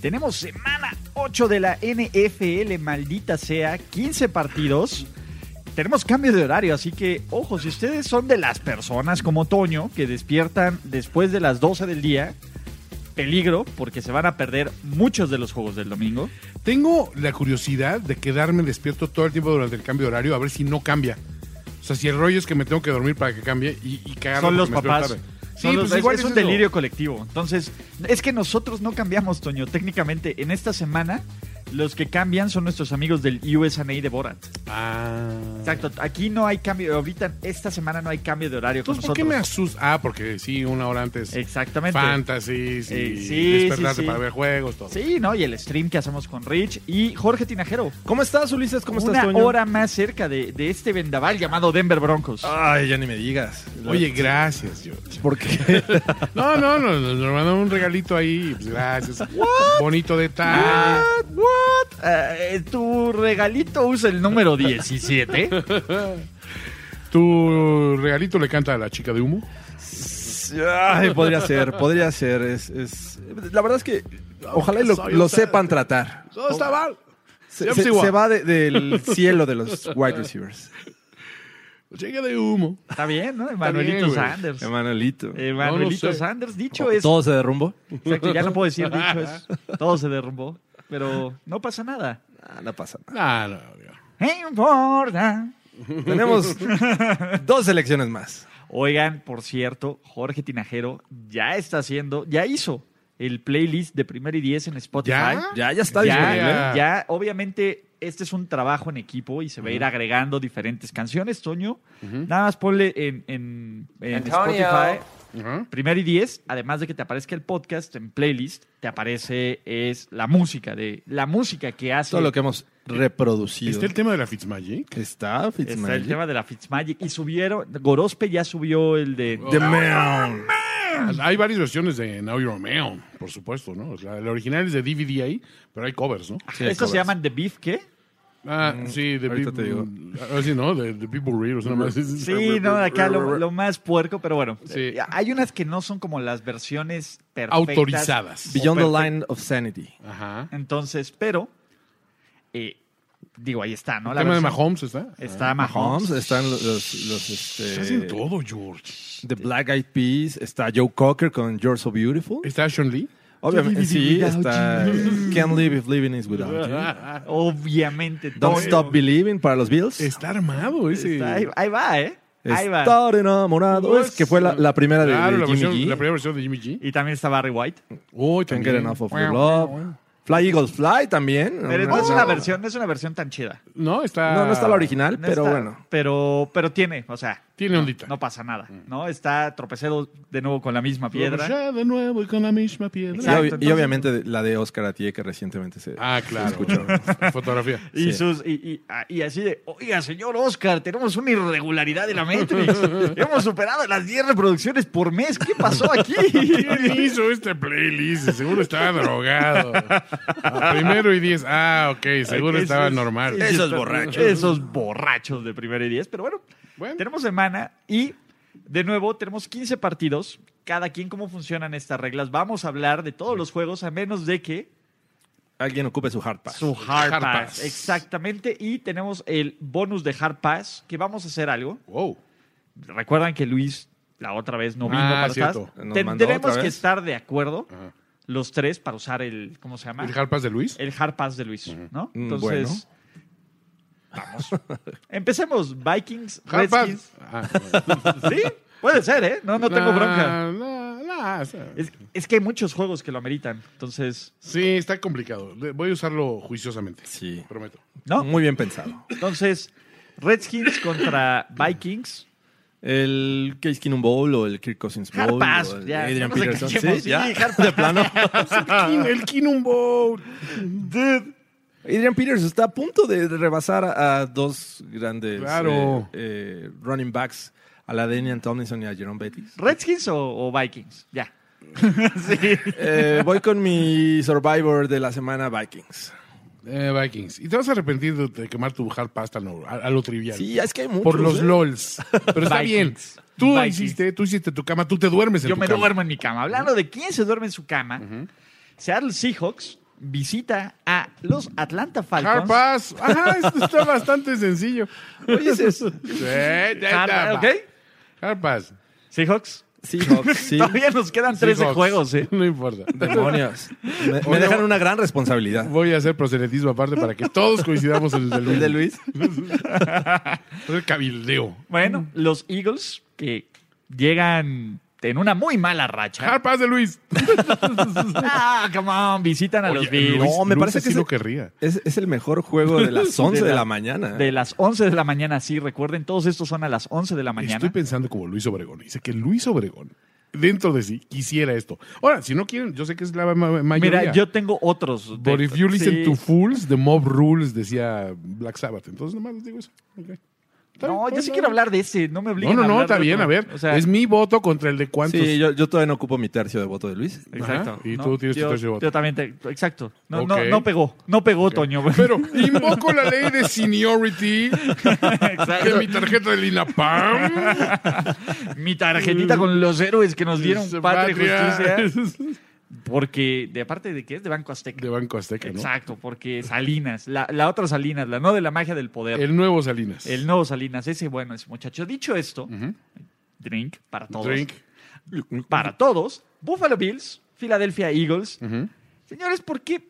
Tenemos semana 8 de la NFL, maldita sea, 15 partidos. Tenemos cambio de horario, así que ojo, si ustedes son de las personas como Toño que despiertan después de las 12 del día, peligro porque se van a perder muchos de los juegos del domingo. Tengo la curiosidad de quedarme despierto todo el tiempo durante el cambio de horario a ver si no cambia. O sea, si el rollo es que me tengo que dormir para que cambie y, y cagarla Son los porque me despierto papás. tarde. Sí, Son los- pues es- igual es, es un eso. delirio colectivo. Entonces, es que nosotros no cambiamos, Toño. Técnicamente, en esta semana, los que cambian son nuestros amigos del USA de Borat. Ah, Exacto. Aquí no hay cambio. Ahorita, esta semana no hay cambio de horario con Entonces, nosotros. ¿por qué me asusta? Ah, porque sí, una hora antes. Exactamente. Fantasy, sí, Eh, sí, sí, despertarte sí. para ver juegos, todo. Sí, ¿no? Y el stream que hacemos con Rich y Jorge Tinajero. ¿Cómo estás, Ulises? ¿Cómo estás, Una Toño? hora más cerca de, de este vendaval llamado Denver Broncos. Ay, ya ni me digas. Oye, gracias, yo. ¿por qué? No, no, no, nos nos mandaron un regalito ahí. pues, gracias. Bonito detalle. What? Eh, tu regalito usa el número 17. ¿Tu regalito le canta a la chica de humo? Ay, podría ser, podría ser. Es, es- La verdad es que ojalá y lo, Soy lo usted. sepan tratar. Todo está mal. Se, Yo se- sí, guau. se va de- del cielo de los wide receivers. Chica de humo. Está bien, ¿no? Manuelito bien, güey. Sanders. Emanuelito. Eh, Manuelito no lo sé. Sanders, dicho es. ¿Todo se derrumbó? Exacto, ya no puedo decir dicho es. Todo se derrumbó. Pero no pasa nada. Ah, no pasa nada. Ah, no, no. No importa. Tenemos dos selecciones más. Oigan, por cierto, Jorge Tinajero ya está haciendo, ya hizo el playlist de primer y diez en Spotify. ¿Ya? Ya, ya está ya, disponible. disponible. ya, obviamente, este es un trabajo en equipo y se va a ir agregando diferentes canciones, Toño. Nada más ponle en, en- en Antonio. Spotify. Ajá. Primer y diez, además de que te aparezca el podcast en playlist, te aparece es la música de la música que hace Todo lo que hemos reproducido. ¿Está el tema de la Fitzmagic? Está, está el Fitzmagic. tema de la Fitzmagic y subieron Gorospe ya subió el de The Man. Ah. Hay varias versiones de Now You're a Man, por supuesto, ¿no? La, la original es de DVD ahí, pero hay covers, ¿no? Sí, estos covers. se llaman The Beef qué? Ah, sí, de Mm, ahorita te digo. Ah, sí, ¿no? De, de Big Burritos, nada más. Sí, no, acá lo, lo más puerco, pero bueno. Sí. Eh, Hay unas que no son como las versiones perfectas. Autorizadas. Beyond Perfecto. the Line of Sanity. Ajá. Entonces, pero, eh, digo, ahí está, ¿no? El La tema de versión. Mahomes está. este Está Mahomes. Ah, Mahomes, están los, los, este, Estás en todo, George. The Black Eyed Peas, está Joe Cocker con You're So Beautiful. Está Sean Lee. Obviamente, sí, está Can't Live If Living Is Without You. Ah, Obviamente. eh. Don't todo- Stop Believing para los Bills. Está armado ese. Está ahí, ahí va, ¿eh? Ahí va. Estar enamorado. Es que fue la, la primera de, Pues, Claro, de la, Jimmy versión- G. la primera versión de Jimmy G. Oh, Y también está Barry White. Uy, Can't Get Enough of Your Love. Fly Eagles Fly también. Pero no Una- es una versión, no es una versión tan chida. No, está. No, no está la original, No pero está- bueno. Pero, pero tiene, o sea, Tiene ondita. no pasa nada, ¿no? Está tropecero de nuevo con la misma piedra. Ya de nuevo y con la misma Y, piedra. Exacto, obvi- y entonces- obviamente de- la de Oscar Atié que recientemente se... Ah, claro. Fotografía. Y, Sí. sus, y, y- ah, y así de, oiga, señor Oscar, tenemos una irregularidad de la Matrix. Hemos superado las 10 reproducciones por mes. ¿Qué pasó aquí? ¿Quién hizo este playlist? Seguro estaba drogado. Primero y diez. Ah, ok. Seguro Eso estaba es- normal. eso Esos es- borrachos. Esos borrachos de primera y 10. Pero bueno, Bueno. tenemos semana y de nuevo tenemos 15 partidos. Cada quien cómo funcionan estas reglas. Vamos a hablar de todos los juegos a menos de que Alguien ocupe su hard pass. Su hard, Hard pass. pass. Exactamente. Y tenemos el bonus de hard pass, que vamos a hacer algo. Wow. Recuerdan que Luis la otra vez no vino Ah, para cierto. atrás. Nos mandó Tendremos otra que vez. estar de acuerdo los tres para usar el, ¿cómo se llama? ¿El Harpas de Luis? Ah. El hard pass de Luis, ¿no? Mm, Entonces, vamos. Empecemos. Vikings, Harpas. Redskins. Ah, no, Sí, puede ser, ¿eh? No, no tengo bronca. no, no, o sea, Es, es que hay muchos juegos que lo ameritan. Entonces, sí, está complicado. Le- Voy a usarlo juiciosamente. Sí. Prometo. ¿no? Muy bien pensado. Entonces, Redskins contra Vikings. El Case Keenum Bowl o el Kirk Cousins Hard Bowl. pass, o el ya, Adrian no nos Peterson. enganchemos, ya. sí, hard De plano. Ah. El Kinum Bowl. Adrian Peters está a punto de rebasar a dos grandes Claro. eh, eh, running backs, a la Daniel Tomlinson y a Jerome Bettis. ¿Redskins o, o Vikings? Ya. Eh, voy con mi Survivor de la semana Vikings. Eh, Vikings. Y te vas a arrepentir de, de quemar tu hard pasta a lo, a- a lo trivial. Sí, es que hay muchos. Por los ¿eh? LOLs. Pero está bien. Vikings. Tú Vikings. hiciste, tú hiciste tu cama, tú te duermes en Yo tu me cama. duermo en mi cama. Hablando de quién se duerme en su cama, Seattle Seahawks visita a los Atlanta Hard Falcons. pass. Ajá, esto está bastante sencillo. Oye, ese es Eh, ya está, Hard- va. ¿Ok? Hard pass. Seahawks. Seahawks, sí. Todavía nos quedan 13 Seahawks. juegos, ¿eh? No importa. Demonios. Me, me Oye, dejan una gran responsabilidad. Voy a hacer proselitismo aparte para que todos coincidamos en el de Luis. ¿El de Luis? Es el cabildeo. Bueno, los Eagles que llegan en una muy mala racha. Hard pass de Luis. Ah, come on, visitan a Oye, los Bills. Luis- No, me Luis parece así que lo ese- querría. Es, es el mejor juego de las 11 de la, la- mañana. De las 11 de la mañana, sí, recuerden, todos estos son a las 11 de la mañana. Estoy pensando como Luis Obregón. Dice que Luis Obregón, dentro de sí, quisiera esto. Ahora, si no quieren, yo sé que es la ma- mayoría. Mira, yo tengo otros. But de- if you listen sí. to fools, the mob rules, decía Black Sabbath. Entonces, nomás les digo eso. Ok. Está No, bien, yo sí no, quiero no. hablar de ese, no me No, obliguen no, a no, hablar está de bien, otro. a ver. O sea, es mi voto contra el de cuántos. Sí, yo, yo todavía no ocupo mi tercio de voto de Luis. Exacto. Y tú tienes tu yo, tercio voto. Yo también, te- exacto. No, no- Ok. no pegó, no pegó, Toño. Pero invoco la ley de seniority de Exacto. mi tarjeta del INAPAM. Mi tarjetita con los héroes que nos dieron Esa patria y patria. justicia. Porque, de aparte de que es de Banco Azteca. De Banco Azteca, ¿no? Exacto, porque Salinas, la, la otra Salinas, la no de la magia del poder. El, El nuevo Salinas. nuevo Salinas, ese bueno, ese muchacho. Dicho esto, drink para todos. Drink. Para todos, Buffalo Bills, Philadelphia Eagles. Señores, ¿por qué?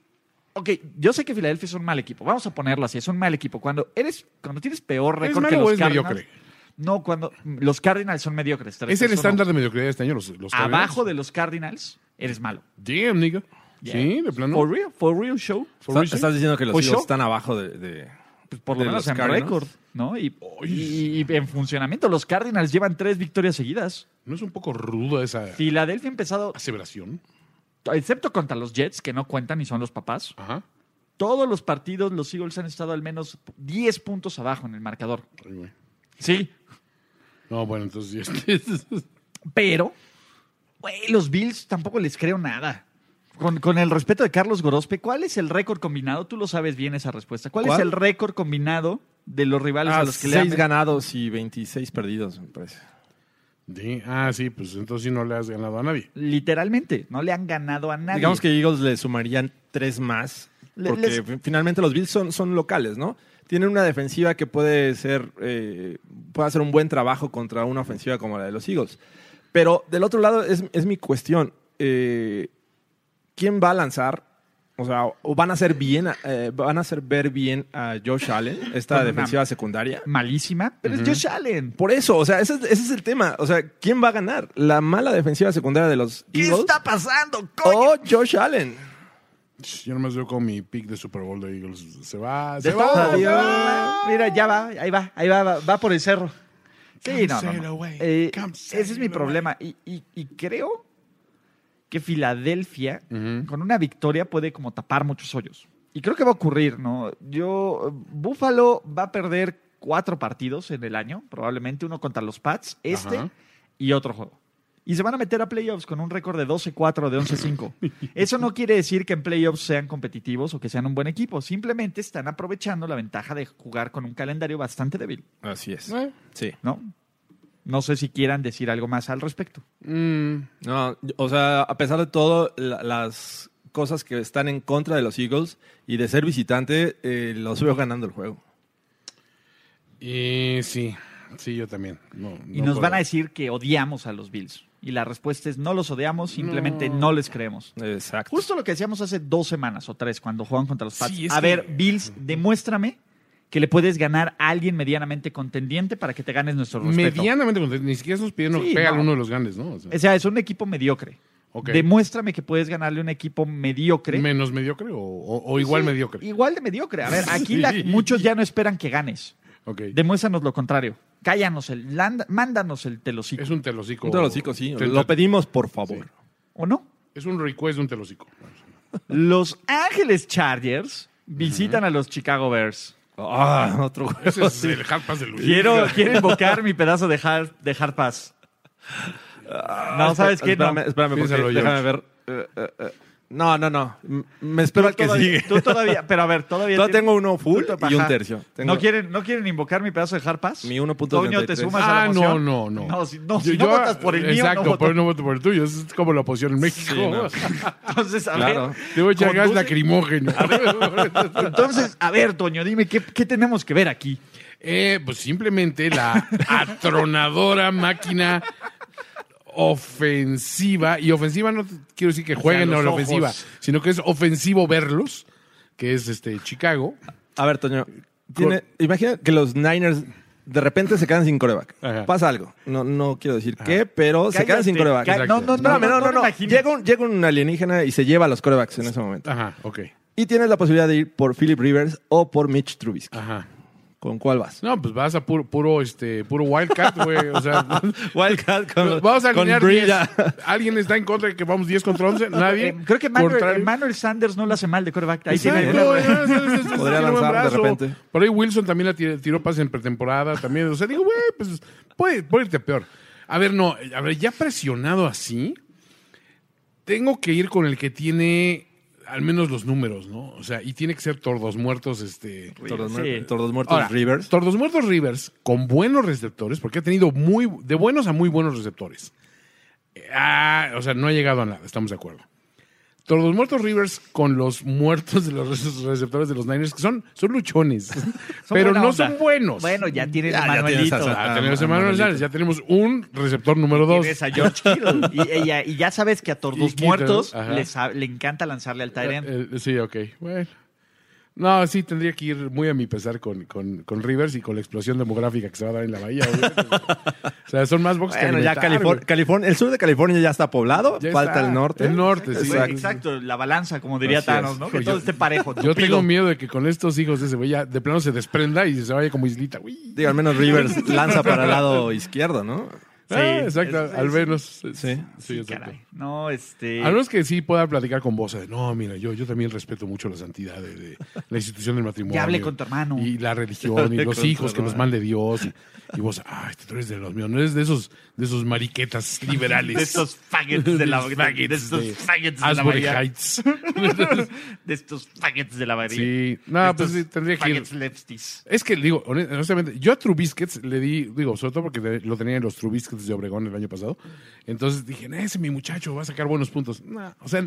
Ok, yo sé que Filadelfia es un mal equipo. Vamos a ponerlo así, es un mal equipo. Cuando eres, cuando tienes peor ¿Es récord malo que o los es Cardinals. mediocre? No, cuando los Cardinals son mediocres. tres, Es el tres, uno. estándar de mediocridad de este año. Los, los Abajo de los Cardinals, eres malo. Cardinals. Damn, nigga. Yeah. Sí, de plano. For real, for real show. For Está- real shit. Estás diciendo que los Pues Eagles yo- están abajo de... de- Pues por lo de menos los en Cardinals. récord, ¿no? Y, y- y en funcionamiento, los Cardinals llevan tres victorias seguidas. ¿No es un poco ruda esa Filadelfia ha empezado, aseveración? excepto contra los Jets, que no cuentan y son los papás. Ajá. Todos los partidos, los Eagles han estado al menos 10 puntos abajo en el marcador. Ay, güey. Sí, No, bueno, entonces. este- pero güey, los Bills tampoco les creo nada. Con, con el respeto de Carlos Gorospe, ¿cuál es el récord combinado? Tú lo sabes bien esa respuesta. ¿Cuál, ¿Cuál? es Ah, el récord combinado de los rivales a los que le han seis ganados y 26 perdidos, me parece. Sí, Ah, sí, pues entonces sí no le has ganado a nadie. Literalmente, no le han ganado a nadie. Digamos que Eagles le sumarían tres más. Le- Porque les- fi- finalmente los Bills son, son locales, ¿no? Tienen una defensiva que puede ser. eh, puede hacer un buen trabajo contra una ofensiva como la de los Eagles. Pero del otro lado es, es mi cuestión. eh, ¿Quién va a lanzar? O sea, o van a hacer bien, a- eh, van a hacer ver bien a Josh Allen, esta Con una- defensiva secundaria. malísima, pero es Josh Allen. Por eso, o sea, ese es, ese es el tema. O sea, ¿quién va a ganar? ¿La mala defensiva secundaria de los ¿Qué Eagles está pasando, coño? o Josh Allen? Yo nomás veo con mi pick de Super Bowl de Eagles. Se va, se Adiós. va. se va. Mira, ya va, ahí va, ahí va, va, va por el cerro. Sí, no, no, no. Cancelo, güey. Eh, Cancelo, ese es mi güey. problema. Y, y- y creo que Filadelfia, con una victoria, puede como tapar muchos hoyos. Y creo que va a ocurrir, ¿no? Yo, eh, Buffalo va a perder cuatro partidos en el año, probablemente uno contra los Pats, este Ajá. y otro juego. Y se van a meter a playoffs con un récord de 12-4, de 11-5. Eso no quiere decir que en playoffs sean competitivos o que sean un buen equipo. Simplemente están aprovechando la ventaja de jugar con un calendario bastante débil, Así es. Eh, Sí. ¿no? No sé si quieran decir algo más al respecto. mm, No, o sea, a pesar de todo, la- las cosas que están en contra de los Eagles y de ser visitante, eh, los veo ganando el juego. y sí, sí, yo también. No, Y no nos van puedo. a decir que odiamos a los Bills. Y la respuesta es no los odiamos, simplemente no, les creemos. Exacto. Justo lo que decíamos hace dos semanas o tres cuando jugaban contra los Pats. Sí, es a ver, que- Bills, demuéstrame que le puedes ganar a alguien medianamente contendiente para que te ganes nuestro respeto. Medianamente contento. Ni siquiera nos pidieron Sí, pega a no. uno de los grandes, ¿no? O sea, O sea, es un equipo mediocre. Ok. Demuéstrame que puedes ganarle a un equipo mediocre. menos mediocre o, o- o igual Sí, mediocre. Igual de mediocre. A ver, aquí Sí. la- muchos ya no esperan que ganes. Ok. Demuéstranos lo contrario. Cállanos el, land- mándanos el telocico. Es un telocico. Un telocico, sí. Te- Lo te- pedimos, por favor. ¿O no? Es un request de un telocico. Los Ángeles Chargers visitan a los Chicago Bears. Ah, otro Ese juego. es el hard pass de Luis. Quiero, quiero invocar mi pedazo de hard, de hard pass. No, ¿sabes qué? No. Espérame, espérame, porque Piénsalo, déjame George. ver. Eh, eh, eh, No, no, no. M- Me espero al que Todavía- sigue. Tú todavía, pero a ver, todavía. Todavía tienes- tengo uno full tú te- y un ajá. tercio. Tengo- ¿No, quieren, ¿No quieren invocar mi pedazo de hard pass? Mi 1.33. Toño, ¿te sumas a la Ah, no, moción? no, no. No, si no, Yo- si no yo- votas por el mío, Exacto, no voto. pero no voto por el tuyo. Eso Es como la oposición en México. Sí, no. Entonces, a Claro. ver. Te voy a echar gas conduce- lacrimógeno. Entonces, a ver, Toño, dime, ¿qué, qué tenemos que ver aquí? Eh, pues simplemente la atronadora máquina ofensiva. Y ofensiva no quiero decir que jueguen los a la ojos. ofensiva, sino que es ofensivo verlos, que es este Chicago. A ver, Toño. tiene- Imagina que los Niners de repente se quedan sin coreback. Ajá. Pasa algo. No, no quiero decir qué, pero se quedan sin Cállate, ca- coreback. No, no, no, Espérame, no, no, me no. imagino. Llega un, llega un alienígena y se lleva a los corebacks en ese momento. Ajá, ok. Y tienes la posibilidad de ir por Philip Rivers o por Mitch Trubisky. Ajá. ¿Con cuál vas? No, pues vas a puro, puro, este, puro Wildcat, güey. O sea, Wildcat con, vamos a con alinear Breida. 10. ¿Alguien está en contra de que vamos 10 contra 11? Nadie. Eh, creo que Manuel, Contrario. eh, Manuel Sanders no la hace mal de coreback. Ahí tiene Exacto, alguna- güey, no, no, no, no, Podría tiene buen lanzar de brazo. repente. Por ahí Wilson también la tiró, tiró pase en pretemporada. También, o sea, digo, güey, pues puede, puede irte peor. A ver, no, a ver, ya presionado así, tengo que ir con el que tiene al menos los números, ¿no? O sea, y tiene que ser tordos muertos, este. Tordos, Sí. muertos- Tordos muertos Ahora, Rivers. Tordos Muertos Rivers, con buenos receptores, porque ha tenido muy de buenos a muy buenos receptores. Eh, ah, o sea, no ha llegado a nada, estamos de acuerdo. Tordos Muertos Rivers con los muertos de los re- receptores de los Niners, que son, son luchones, Son pero buena no onda. son buenos. Bueno, ya tiene Ya, a ya Manuelito. tienes a- Ah, ah, tenemos ah, a Manuel Manuelito. Sánchez, ya tenemos un receptor número dos. Tienes a George Kittle. Y, y- y- y ya sabes que a Y Tordos Kittle, Muertos ajá. les ha- le encanta lanzarle al Tyrant. Eh, eh, sí, ok. Bueno. No, sí, tendría que ir muy a mi pesar con, con, con Rivers y con la explosión demográfica que se va a dar en la bahía. obviamente. o sea, son más box Bueno, ya alimentar, California, California, el sur de California ya está poblado, Ya falta está. el norte. El norte, sí. Güey, Exacto. Exacto. la balanza, como diría Así Thanos, es. ¿no? Que todo esté parejo. Yo tupido. tengo miedo de que con estos hijos de ese güey ya de plano se desprenda y se vaya como islita. Uy. Digo, al menos Rivers lanza para el lado izquierdo, ¿no? Ah, exacto, es- al menos. Sí, Sí, exacto. caray. No, este. A menos que sí pueda platicar con vos. de, No, mira, yo, yo también respeto mucho la santidad de, de la institución del matrimonio. Ya hablé con tu hermano. Y la religión, y hablé los con hijos tu que nos hermano. mande Dios. Y, y vos, ay, tú eres de los míos. No eres de esos, de esos mariquetas liberales. De estos faggots de la Los de, faggots estos de faggots de la Asbury bahía. Heights. De estos faggots de la bahía. Sí. De No, pues estos sí, tendría que ir. faggots lefties. Es que, digo, honest- honestamente, yo a Trubiscuits le di, digo, sobre todo porque de- lo tenía en los Trubiscuits de Obregón el año pasado. Entonces dije, "Nah, ese mi muchacho va a sacar buenos puntos. Nah, o sea,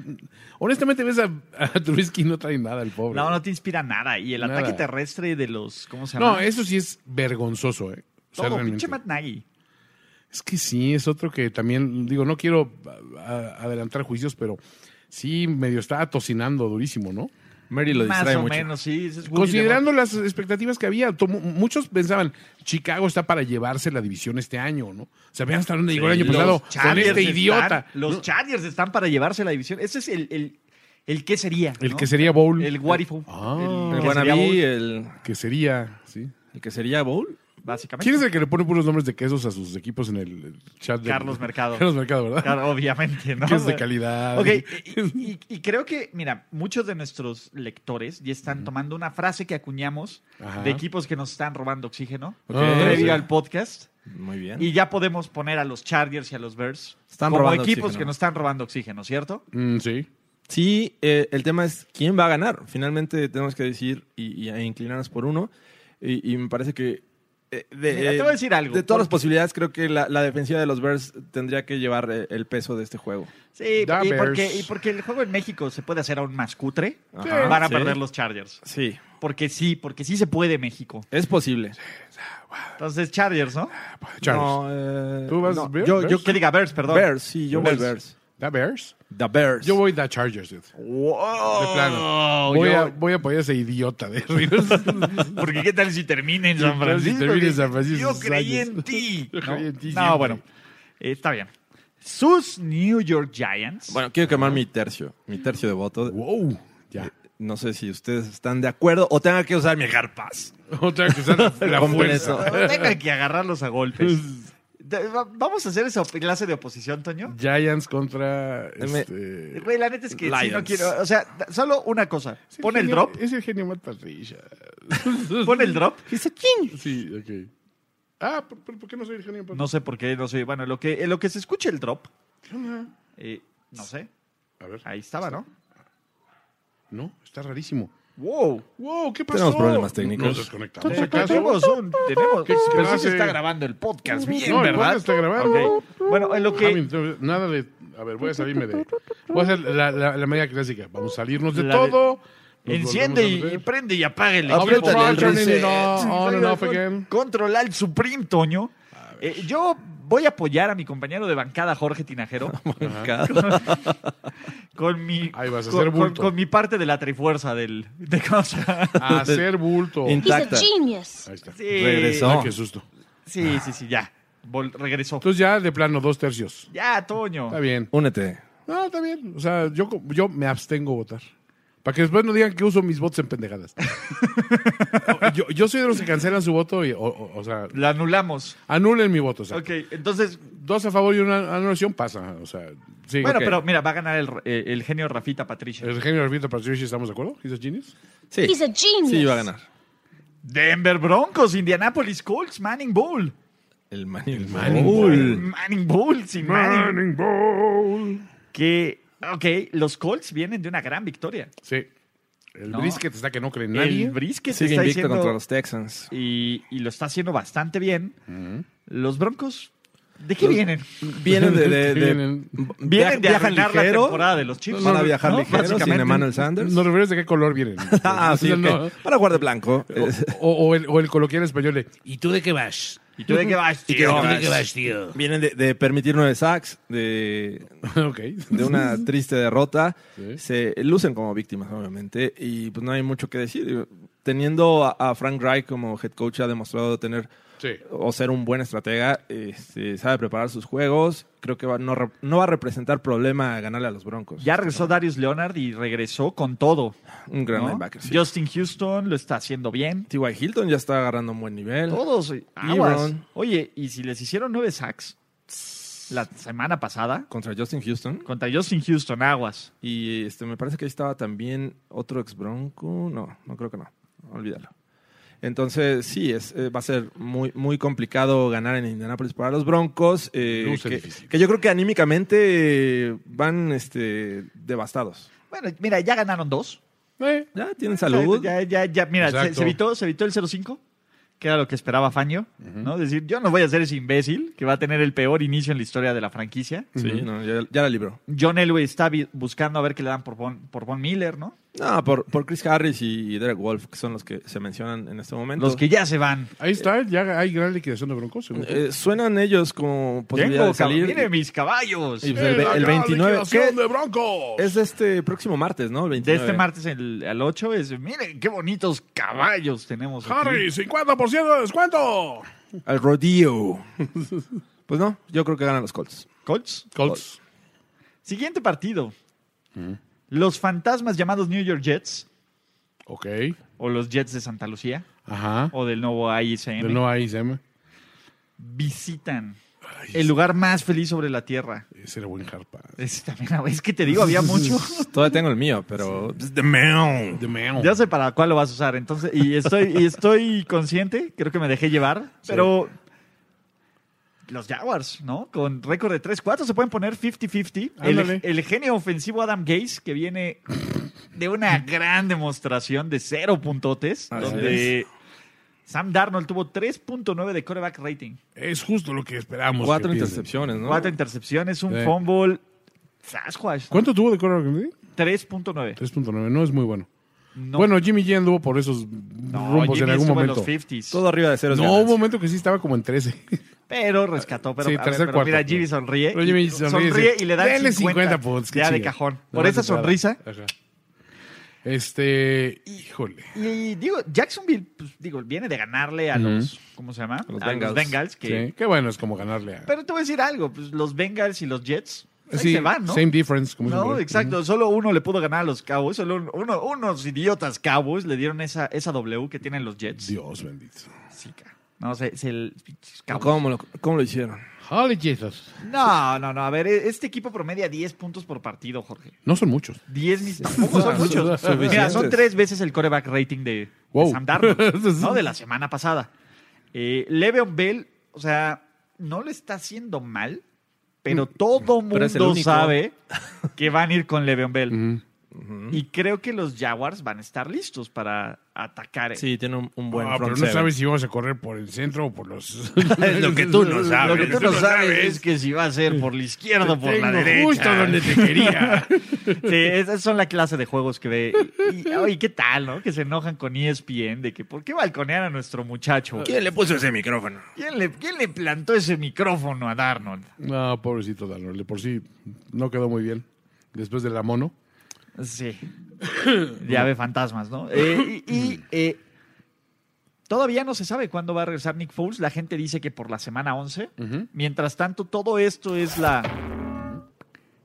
honestamente ves a, a Trubisky y no trae nada el pobre. No, no te inspira nada. Y el Nada. ataque terrestre de los. ¿Cómo se llama? No, eso sí es vergonzoso, ¿eh? O sea, Todo, realmente. pinche Matt Nagy. Es que sí, es otro que también, digo, no quiero a- a- adelantar juicios, pero sí medio está atocinando durísimo, ¿no? Mary lo Más distrae o mucho. menos, sí. ese es Woody Considerando las expectativas que había, tomo- muchos pensaban, Chicago está para llevarse la división este año, ¿no? O sea, vean hasta dónde llegó el año Los pasado con Chargers este están- idiota. los ¿no? Chargers están para llevarse la división. Ese es el, el, el qué sería. El ¿no? que sería Bowl. El what if. Ah. qué El sería wannabe, bowl, el, Que sería, sí. el que sería Bowl. Básicamente. ¿Quién es el que le pone puros nombres de quesos a sus equipos en el chat? de- Carlos Mercado. Carlos Mercado, ¿verdad? Claro, obviamente, ¿no? Que es de calidad. Ok, y, y- y creo que, mira, muchos de nuestros lectores ya están tomando una frase que acuñamos Ajá. de equipos que nos están robando oxígeno Ok. previo sí. al podcast. Muy bien. Y ya podemos poner a los Chargers y a los Bears Están como robando equipos oxígeno. que nos están robando oxígeno, ¿cierto? Mm, sí. Sí, eh, el tema es quién va a ganar. Finalmente tenemos que decir y, y- e inclinarnos por uno. Y, y me parece que. eh, de, Mira, te voy a decir algo. De todas las Porque- posibilidades, creo que la, la defensiva de los Bears tendría que llevar eh, el peso de este juego. Sí, Da y Bears. porque, y porque el juego en México se puede hacer aún más cutre, Ajá, van a sí. perder los Chargers. Sí, Porque sí, porque sí se puede México. es posible. Entonces, Chargers, ¿no? Charles. No, eh, ¿Tú vas no, Bears? Yo, yo Bears? Que diga Bears, perdón. Bears, sí, yo voy Bears. Bears. The Bears. The Bears. Yo voy The Chargers, dude. De plano. Voy, yo- a, voy a apoyar a ese idiota de Ríos. Porque qué tal si termina en San Francisco. termina en San Francisco, Yo sus creí años. en ti. Yo creí en ti No, siempre. bueno. eh, está bien. Sus New York Giants. Bueno, quiero quemar mi tercio, mi tercio de voto. wow. Ya. No sé si ustedes están de acuerdo o tengan que usar mi garpas. Otra que usar la Con fuerza. eso. Tenga que agarrarlos a golpes. Da- va- Vamos a hacer esa op- clase de oposición, Toño. Giants contra. M- Este... Güey, la neta es que si no Lions. quiero. O sea, da- solo una cosa. Es Pon el genio- drop. Es el genio Matt Patricia. Pon el drop. Sí, ok. Ah, ¿por, por- por qué no soy el genio Matt No sé por qué, no sé. Bueno, en lo que, en lo que se escuche el drop. eh, no sé. A ver. Ahí estaba, ¿no? No, está rarísimo. Wow. Wow, ¿qué pasó? Tenemos problemas técnicos. Nos desconectamos acaso. Tenemos un- tenemos- ¿Qué pero sí clase? se está grabando el podcast bien, No, el ¿verdad? podcast está grabado. Ok. Bueno, en lo Ah, que. entonces, nada de. A ver, voy a salirme de. Voy a hacer la, la, la media clásica. Vamos a salirnos de La de- todo. Nos Enciende y, volvemos a y meter. prende y apaga el Abre equipo. el Apriétale el control, turn it reset. on, on and off Con- again. Control al Supreme, Toño. Eh, yo voy a apoyar a mi compañero de bancada, Jorge Tinajero, con mi, Ahí vas a con, hacer con- bulto. con mi parte de la trifuerza del, de cosa. A Hacer bulto. En- Ahí He's a Tacta. genius. está. Sí. Regresó. Ay, qué susto. Sí, sí, sí, ya. Vol- regresó. Entonces ya de plano dos tercios. Ya, Toño. Está bien. Únete. No, está bien. O sea, yo, co- yo me abstengo a votar. Para que después no digan que uso mis votos en pendejadas. O- yo, yo soy de los que cancelan su voto y, o, o- o sea, La anulamos. anulen mi voto. o sea, Ok, entonces Dos a favor y una anulación pasa. O sea, sí. Bueno, Ok. pero mira, va a ganar el, eh, el genio Rafita Patricia. El genio Arbita Patricia, ¿estamos de acuerdo? ¿He's a genius? Sí. He's a genius. Sí, iba a ganar. Denver Broncos, Indianapolis Colts, Manning Bowl. El Manning. Manning Bull. Manning Bowl, sin Manning. Bowl. Que, ok, los Colts vienen de una gran victoria. Sí. El No. brisket está que no cree El nadie. Brisket Sigue está invicto diciendo, contra los Texans. y, y lo está haciendo bastante bien. Mm. Los Broncos, ¿de qué vienen? Vienen de. de, de- Vienen- via- Vienen de viajan arruinar ligero, la temporada de los Chiefs. Van a viajar ¿no? ligero sin Básicamente. Emmanuel Sanders. ¿Nos refieres de qué color vienen? ah, sí, O sea, ok. Para guarda blanco. Oh, O, o el, o el coloquial español de ¿Y tú de qué vas? ¿Y tú de qué vas, ¿Y tú tío? de qué vas, tío? Vienen de, de permitir nueve sacks, de, Ok. de una triste derrota. Sí. Se lucen como víctimas, obviamente, y pues no hay mucho que decir. Teniendo a, a Frank Reich como head coach, ha demostrado tener Sí. o ser un buen estratega, este, sabe preparar sus juegos. Creo que va- no, re- no va a representar problema ganarle a los Broncos. Ya regresó Darius Leonard y regresó con todo. Un gran ¿no? linebacker. sí. Justin Houston lo está haciendo bien. T.Y. Hilton ya está agarrando un buen nivel. Todos. aguas. Ebron. Ah, Oye, y si les hicieron nueve sacks la semana pasada Contra Justin Houston. contra Justin Houston, aguas. Y este, me parece que ahí estaba también otro ex Bronco. No, no creo que no. Olvídalo. Entonces, sí, es, eh, va a ser muy, muy complicado ganar en Indianápolis para los Broncos. eh, Luce que, difícil. que yo creo que anímicamente eh, van este, devastados. Bueno, mira, ya ganaron dos. Eh, Ya tienen salud. Ya, ya, ya, mira, se, Exacto. se evitó, se evitó el 0-5, que era lo que esperaba Faño, ¿no? Decir, yo no voy a ser ese imbécil que va a tener el peor inicio en la historia de la franquicia. Sí, no, ya, ya la libró. John Elway está vi- buscando a ver qué le dan por Von, por Von Miller, ¿no? No, por, por Chris Harris y Derek Wolf, que son los que se mencionan en este momento. Los que ya se van. ahí está, ya hay gran liquidación de broncos. según tú. Eh, suenan ellos como posibilidad Tengo de salir. cab- Miren mis caballos. Y, pues, el, ve- ¡Eh, el la 29. liquidación ¿qué? de broncos! Es este próximo martes, ¿no? El De 29. este martes el- al 8 es, miren qué bonitos caballos tenemos. aquí". Harry, 50% de descuento. Al rodeo. pues no, yo creo que ganan los Colts. Colts. Colts. Siguiente partido. Los fantasmas llamados New York Jets, Ok. o los Jets de Santa Lucía, Ajá. o del nuevo AICM, Del no AICM. visitan el lugar más feliz sobre la tierra. Ese era buen harpa. Es, también- es que te digo, había mucho. Todavía tengo el mío, pero. The man. Ya sé para cuál lo vas a usar, entonces, y estoy, y estoy consciente, creo que me dejé llevar, pero los Jaguars, ¿no? Con récord de 3-4 se pueden poner 50-50. Ándale. El, el genio ofensivo Adam Gaze, que viene de una gran demostración de cero puntotes, Así donde Sam Darnold tuvo 3.9 de coreback rating, Es justo lo que esperamos. Cuatro que pierden. intercepciones, ¿no? cuatro intercepciones, un Sí. fumble, Sasquatch, ¿Cuánto tuvo de Conor McGrady? 3.9. 3.9. No es muy bueno. No. Bueno, Jimmy G anduvo por esos No, rumbos Jimmy en algún estuvo momento. los 50s. Todo arriba de cero. es No, ganancia. hubo un momento que sí estaba como en 13. Pero rescató, pero, Sí, a ver, tercer, pero cuarto. mira, Jimmy sonríe. Pero Jimmy y- sonríe y dice, y le da "Denle 50 puntos, qué Ya de chinga". cajón. Nada Por más esa entrada. sonrisa. Ajá. Este, híjole. Y digo, Jacksonville, pues, digo, viene de ganarle a los, ¿cómo se llama? A los los Bengals. Bengals. que, Sí, qué bueno es como ganarle a... Pero te voy a decir algo, pues los Bengals y los Jets ahí Sí, se van, ¿no? Same difference. Como No, siempre. exacto, solo uno le pudo ganar a los Cowboys, solo un- uno, unos idiotas Cowboys le dieron esa, esa W que tienen los Jets. Mm, Dios bendito. Sí, ca- no, se, se- el- Cowboys. Ah, ¿Cómo lo, cómo lo hicieron? Holy Jesus. no, no, no, a ver, e- este equipo promedia 10 puntos por partido, Jorge. No son muchos. 10 mis tampoco son muchos. Suficientes. Mira, son tres veces el coreback rating de, de Wow. Sam Darnold, ¿no? De la semana pasada. Eh, Le'Veon Bell, o sea, no le está haciendo mal, pero todo Pero es el mundo único. sabe que van a ir con Le'Veon Bell. Ujú. Y creo que los Jaguars van a estar listos para atacar. Sí, tiene un, un buen Ah, pero front no seven. sabes si vamos a correr por el centro o por los... Es lo que tú no Lo sabes. que tú no sabes es que si va a ser por la izquierda o por la Tengo derecha. Justo donde te quería. Sí, esas son la clase de juegos que ve. Y, y- ay, ¿qué tal, no? Que se enojan con E ESPN de que ¿por qué balconean a nuestro muchacho? Ah. ¿Quién le puso ese micrófono? ¿Quién le, quién le plantó ese micrófono a Darnold? no, pobrecito Darnold. de Por sí no quedó muy bien. Después de la mono. Sí. Ya ve fantasmas, ¿no? Eh, y y, eh, todavía no se sabe cuándo va a regresar Nick Foles. La gente dice que por la semana 11. Mientras tanto, todo esto es la...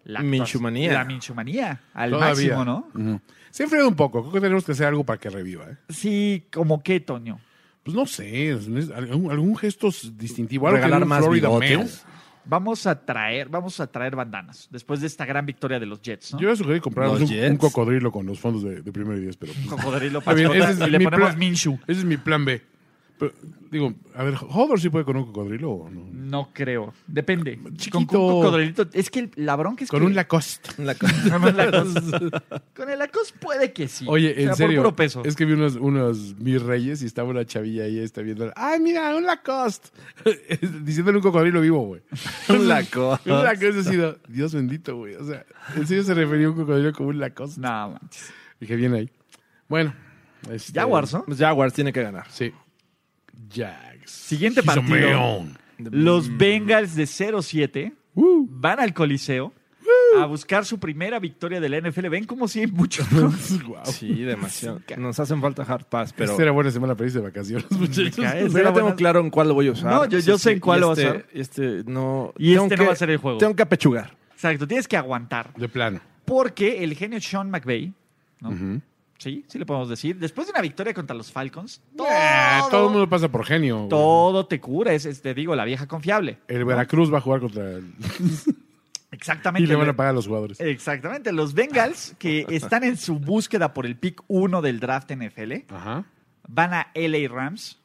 La actua- Minchumanía. La minchumanía. Al Todavía. máximo, ¿no? Ujú. Se ha enfriado un poco. Creo que tenemos que hacer algo para que reviva. ¿eh? Sí, como que, Toño. Pues no sé. es- es- Algún, algún gesto distintivo. Algo que Regalar dé un más Florida bigotes. Mail. Vamos a traer, vamos a traer bandanas después de esta gran victoria de los Jets, ¿no? Yo ya sugerí comprarnos Los un, Jets. un cocodrilo con los fondos de, de primer y diez, pero... pues, Cocodrilo está bien, mascota, ese es y le mi ponemos plan- Minshu. Ese es mi plan B. Pero, digo, a ver, ¿Hodor sí puede con un cocodrilo o no? No creo. Depende. Chiquito. Con un cocodrilito. Es que el labrón que es Con que- un Lacoste. La co- Con un Lacoste. Con el Lacoste puede que sí. Oye, O sea, en por serio. puro peso. Es que vi unos, unos mis reyes y estaba una chavilla ahí, está viendo. ¡Ay, mira, un Lacoste! Diciéndole un cocodrilo vivo, güey. Un Lacoste. Un Lacoste ha sido, Dios bendito, güey. O sea, en serio se refería a un cocodrilo como un Lacoste. No, manches. Dije, bien ahí. Bueno. este- Jaguars, ¿no? Pues Jaguars tiene que ganar. Sí. Jags. Siguiente He's a partido. man. Los Bengals de 0-7 van al Coliseo a buscar su primera victoria de la NFL. Ven como si hay mucho. ¿no? Guau. Sí, demasiado. Nos hacen falta hard pass, pero. Esta Este era buena semana feliz de vacaciones, muchachos. Cae, Yo será ya tengo buena- claro en cuál lo voy a usar. No, yo- yo sé en cuál y lo voy a este- usar. Este no. Y tengo este no va a ser el juego. Tengo que apechugar. Exacto, tienes que aguantar. De plano. Porque el genio Sean McVay, ¿no? Sí, sí le podemos decir. Después de una victoria contra los Falcons, todo, Ah, todo el mundo pasa por genio. güey. todo te cura. Es, es, te digo, la vieja confiable. El Veracruz va a jugar contra el... Exactamente. Y le van a pagar a los jugadores. Exactamente. Los Bengals, que están en su búsqueda por el pick 1 del draft NFL, Ajá. van a LA Rams.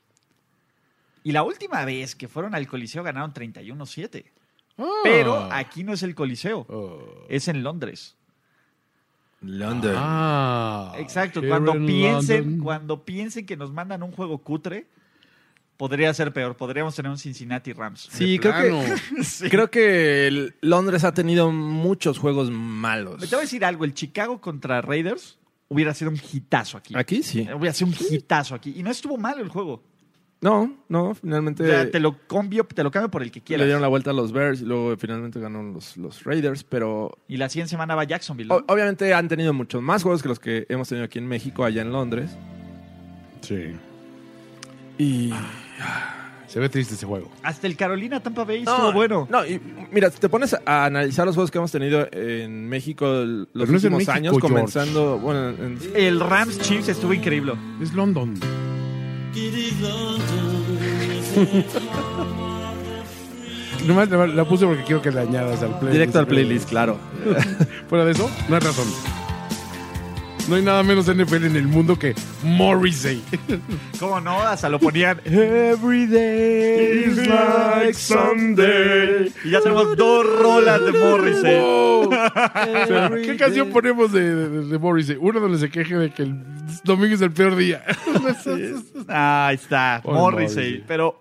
Y la última vez que fueron al Coliseo ganaron 31-7. Ah. Pero aquí no es el Coliseo, Oh. es en Londres. London. Ah. Exacto, Here cuando in piensen, London. cuando piensen que nos mandan un juego cutre, podría ser peor, podríamos tener un Cincinnati Rams. Sí, De creo plano. que, creo que el- Londres ha tenido muchos juegos malos. Me te voy a decir algo, el Chicago contra Raiders hubiera sido un hitazo aquí. Aquí sí. Hubiera sido un hitazo aquí. Y no estuvo mal el juego. No, no, O sea, finalmente te lo cambio, te lo cambio por el que Este, le dieron quieras. la vuelta a los Bears y luego finalmente ganaron los, los Raiders, pero Y la siguiente semana va Jacksonville. ¿no? o- obviamente han tenido muchos más juegos que los que hemos tenido aquí en México, allá en Londres. Sí. Y Ah, Se ve triste ese juego. Hasta el Carolina Tampa Bay estuvo bueno. No, y mira, si te pones a analizar los juegos que hemos tenido en México el- los no es en últimos México, años, George. comenzando, bueno, en- El Rams Chiefs estuvo increíble. Es London. Nomás la, la puse porque quiero que la añadas al playlist. directo al playlist, claro. Fuera de eso, no hay razón. No hay nada menos NFL en el mundo que Morrissey. ¿Cómo no? Hasta lo ponían. Every day is like Sunday. Y ya tenemos dos rolas de Morrissey. Wow. O sea, ¿Qué canción ponemos de, de, de Morrissey? Una donde se queje de que el domingo es el peor día. Ah, ahí está, Por Morrissey. Morrissey. Pero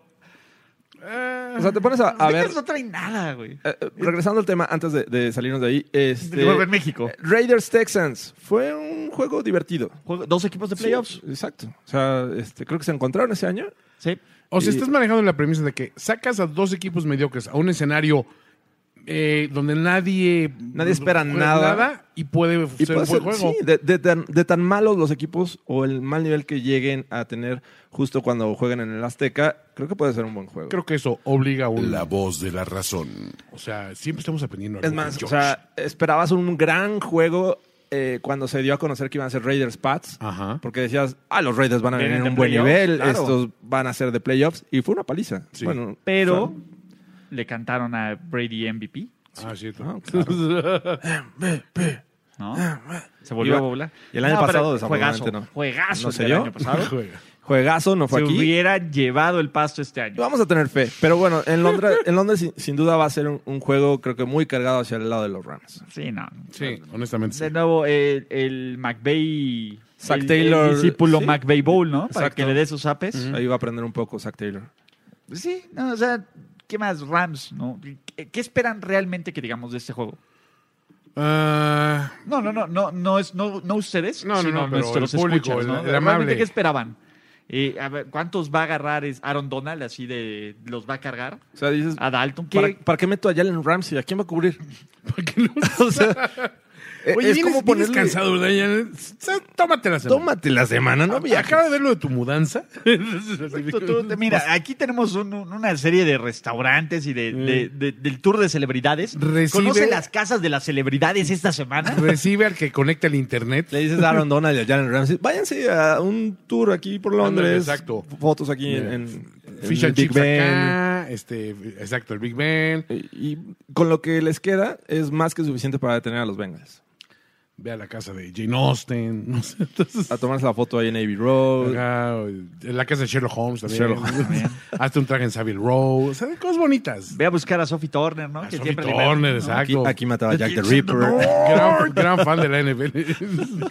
O sea, te pones a, a ver. Lakers no trae nada, güey. eh, eh, regresando al tema, antes de, de salirnos de ahí. Este, De vuelta en México. eh, Raiders Texans. Fue un juego divertido. Juego- Dos equipos de playoffs. Sí, exacto. O sea, este, creo que se encontraron ese año. Sí. O sea, estás manejando la premisa de que sacas a dos equipos mediocres a un escenario eh, donde nadie. Nadie espera juega nada. y puede Y ser puede un buen ser- juego. sí, de, de tan, de tan malos los equipos o el mal nivel que lleguen a tener justo cuando jueguen en el Azteca, creo que puede ser un buen juego. Creo que eso obliga a un. La voz de la razón. O sea, siempre estamos aprendiendo algo es con más, o George. sea, esperabas un gran juego eh, cuando se dio a conocer que iban a ser Raiders Pats, Ajá. porque decías, ah, los Raiders van a venir Vienen en de un buen playoffs, nivel, claro. estos van a ser de playoffs, y fue una paliza. Sí. Bueno, Pero fue- le cantaron a Brady MVP, Ah, cierto. Ah, claro. ¿no? Se volvió Iba- a volar. y el año pasado, desafortunadamente, juegazo, no. Juegazo ¿No el se del dio? año pasado. Juega. juegazo, no fue Se aquí. hubiera llevado el pasto este año. Vamos a tener fe, pero bueno, en Londres, en Londres sin, sin duda va a ser un, un juego creo que muy cargado hacia el lado de los Rams. Sí, no. Sí, honestamente. sí. De nuevo, el, el McVay... Zach el- Taylor, El discípulo sí. McVay Bowl, ¿no? Para Exacto. que le dé sus apes. Ahí va a aprender un poco Zach Taylor. Sí, no, o sea, ¿qué más? Rams, ¿no? ¿Qué, qué esperan realmente que digamos de este juego? Ah, No, no, no, no, no es, no, no ustedes, No, no, sino no, pero nuestros el público, escuchas, ¿no? el- el amable. Realmente, ¿qué esperaban? Eh, a ver, ¿cuántos va a agarrar es Aaron Donald así de los va a cargar? O sea, dices, Ah, A Dalton, ¿qué? ¿para, para qué meto a Jalen Ramsey? ¿A quién va a cubrir? o sea, e- Oye, es vienes, como vienes ponerle... cansado, ¿verdad? Ya, sa- Tómate la semana. Tómate la semana, no Oye, viajes. acaba de ver lo de tu mudanza. Tú- tú- te- mira, aquí tenemos un- un- una serie de restaurantes y de, de- de- del tour de celebridades. Recibe- ¿Conoce las casas de las celebridades esta semana? Recibe al que conecta el internet. Le dices a Aaron Donald y a Jalen Ramsey, váyanse a un tour aquí por Ándale, Londres. exacto. Fotos aquí en, Mira, en- Fish en and Big chips Ben. acá. Este, exacto, el Big Ben. Y y con lo que les queda es más que suficiente para detener a los Bengals. Ve a la casa de Jane Austen. No sé, entonces, A tomarse la foto ahí en Navy Road. acá, en la casa de Sherlock Holmes también. Sherlock Hazte un traje en Savile Row. O sea, de cosas bonitas. Ve a buscar a Sophie Turner, ¿no? A Que Sophie siempre le- Turner, Aquí, exacto. aquí mataba a Jack the Ripper. Gran, gran fan de la NFL.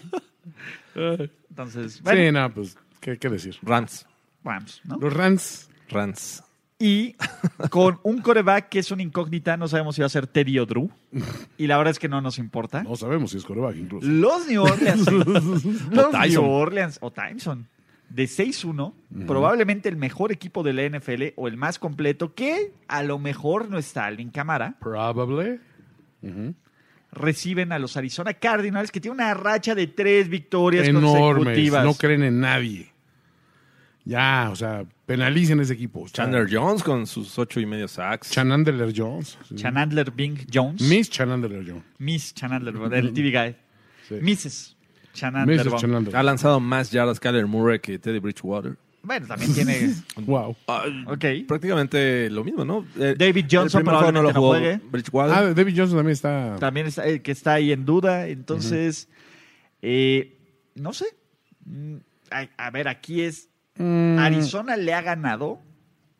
Entonces, bueno, sí, no, pues, ¿qué, qué decir? Rams. Rams, ¿no? Los Rams. Rams. Y con un coreback que es una incógnita, no sabemos si va a ser Teddy o Drew. Y la verdad es que no nos importa. No sabemos si es coreback incluso. Los New Orleans. los Tyson. New Orleans o Timeson. De 6-1, probablemente el mejor equipo de la NFL o el más completo, que a lo mejor no está Alvin Camara. Probably. Reciben a los Arizona Cardinals, que tiene una racha de tres victorias Enormes. consecutivas. No creen en nadie. Ya, o sea, penalicen ese equipo. Chandler Jones con sus ocho y medio sacks. Chanandler Jones. Sí. Chanandler Bing Jones. Miss Chanandler Jones. Miss Chanandler, el TV Guy. Sí. Mrs. Chanandler. Miss Bong. Chanandler. ha lanzado más yardas Kyler Murray que Teddy Bridgewater. Ah, Bueno, también tiene. Wow. Ok. Prácticamente lo mismo, ¿no? Eh, David Johnson el primer juego probablemente no jugó juegue. Bridgewater. Ah, David Johnson también está. También está, eh, que está ahí en duda. Entonces, eh, no sé. Mm, A, a ver, aquí es. mm, Arizona le ha ganado.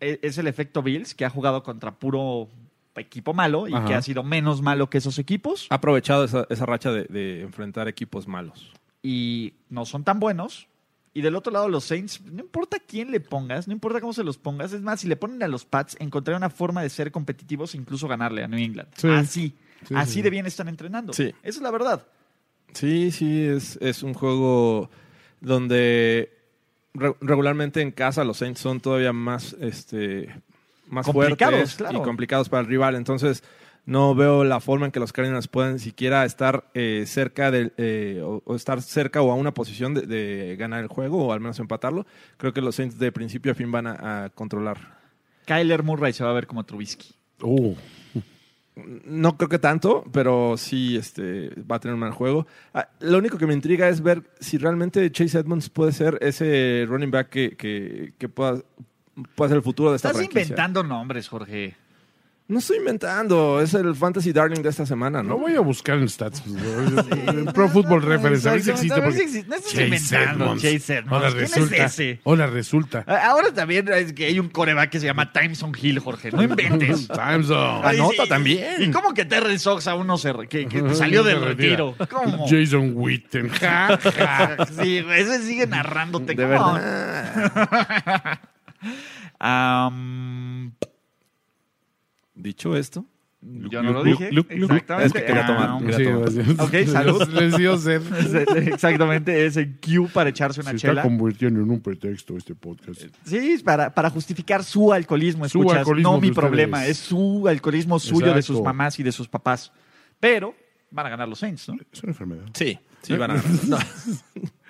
E- Es el efecto Bills, que ha jugado contra puro equipo malo y Ajá. que ha sido menos malo que esos equipos. ha aprovechado esa, esa racha de, de enfrentar equipos malos. y no son tan buenos. Y del otro lado, los Saints, no importa quién le pongas, no importa cómo se los pongas, es más, si le ponen a los Pats, encontrar una forma de ser competitivos e incluso ganarle a New England. Sí. Así, Sí, así sí. de bien están entrenando. Sí. Esa es la verdad. Sí, sí, es, es un juego donde re- regularmente en casa los Saints son todavía más, este, más Complicados, fuertes claro. y complicados para el rival. Entonces, no veo la forma en que los Cardinals puedan siquiera estar eh, cerca del, eh, o, o estar cerca o a una posición de, de ganar el juego o al menos empatarlo. Creo que los Saints de principio a fin van a, a controlar. Kyler Murray se va a ver como Trubisky. Uh, No creo que tanto, pero sí este, va a tener un mal juego. Ah, lo único que me intriga es ver si realmente Chase Edmonds puede ser ese running back que, que, que pueda, pueda ser el futuro de esta Estás franquicia. inventando nombres, Jorge. No estoy inventando, es el fantasy darling de esta semana, no ¿no? voy a buscar en stats. pues, en Pro Football Reference. A ver si existe. A ver si porque- existe. No estás Chase inventando, Edmonds. Chase Edmonds. Ahora ¿Quién es resulta. ese? Ahora resulta. A- Ahora también es que hay un coreback que se llama Timeson Hill, Jorge. No inventes. Time Zone. Ay, Anota sí. Ah, también. ¿Y cómo que Terrell Sox aún no se re- que, que salió del Se retiro? retira. ¿Cómo? Jason Witten. Ja, ja. Sí, güey, ese sigue narrándote. De ¿cómo? verdad. Am, Dicho esto, Yo no lo dije. Luke, Luke, Luke. Exactamente. Es que quería tomar. Ah, Mira, toma. gracias. Ok, salud. Les dio sed. es- Exactamente, es el cue para echarse una Se está chela. convirtiendo en un pretexto este podcast. Sí, es para, para justificar su alcoholismo, Su escuchas. alcoholismo no mi de ustedes. problema, es su alcoholismo suyo de sus Exacto. mamás y de sus papás. Pero van a ganar los Saints, ¿no? Es una enfermedad. Sí, sí, van a ganar.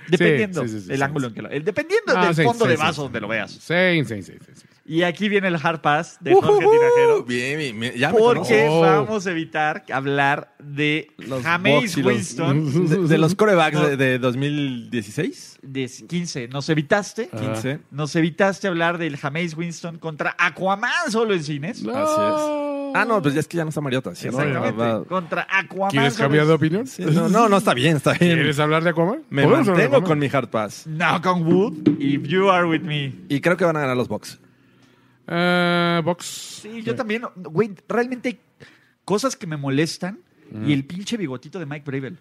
Dependiendo sí, sí, sí, del sí, ángulo sí. en que lo el- Dependiendo Ah, del sí, fondo sí, de sí, vaso sí. donde lo veas. Sí, sí, sí, sí, sí. Y aquí viene el hard pass de Jorge Tinajero. Bien, bien, bien, ya me Porque conoces. vamos a evitar hablar de Los James Bucks y los- Winston conoces. De, de los corebacks de, de 2016, de 15. Nos evitaste. Ah. 15. Nos evitaste hablar del James Winston contra Aquaman solo en cines. Así es. Ah, no, pues ya es que ya no está Mariota. sí, Exactamente. no, va- va- Contra Aquaman. ¿Quieres solo en cambiar de cines. opinión? sí, no, no, no, está bien, está bien. ¿Quieres hablar de Aquaman? Me Podemos hablar de mantengo Aquaman. con mi hard pass. Knock on wood, if you are with me. Y creo que van a ganar los Bucks. Ah, Vox. Sí, yo también. Güey, realmente hay cosas que me molestan y el pinche bigotito de Mike Bravel.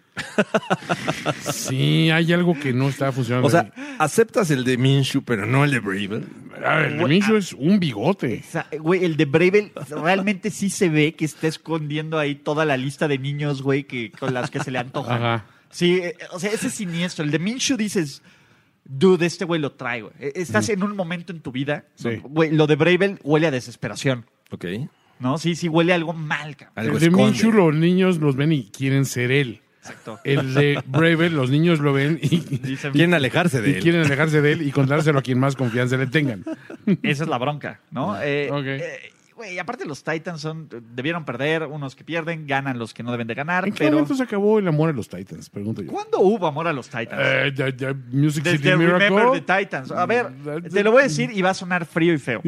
Sí, hay algo que no está funcionando. O sea, aceptas el de Minshew, pero no el de Bravel. ahí. a ver, el ah. Minshew es un bigote. Esa- Güey, el de Bravel realmente sí se ve que está escondiendo ahí toda la lista de niños, güey, que, con las que se le antojan. Ajá. Sí, eh, o sea, ese es siniestro. El de Minshew dices, dude, este güey lo trae, güey. Eh, Estás en un momento en tu vida. Sí. Güey, lo de Bravel huele a desesperación, Ok. ¿no? Sí, sí, huele a algo mal, cabrón. Algo el de esconde. Minshew los niños los ven y quieren ser él. Exacto. El de Bravel los niños lo ven y, Dicen, Quieren alejarse y de él. quieren alejarse de él y contárselo a quien más confianza le tengan. Esa es la bronca, ¿no? Eh, Ok. eh, güey, aparte los Titans son, debieron perder, unos que pierden, ganan los que no deben de ganar, ¿En qué pero momento se acabó el amor a los Titans? Pregunto yo. ¿cuándo hubo amor a los Titans? Eh, the- the Music City Desde Remember the Miracle. Titans. A ver, Mm, te lo voy a decir y va a sonar frío y feo.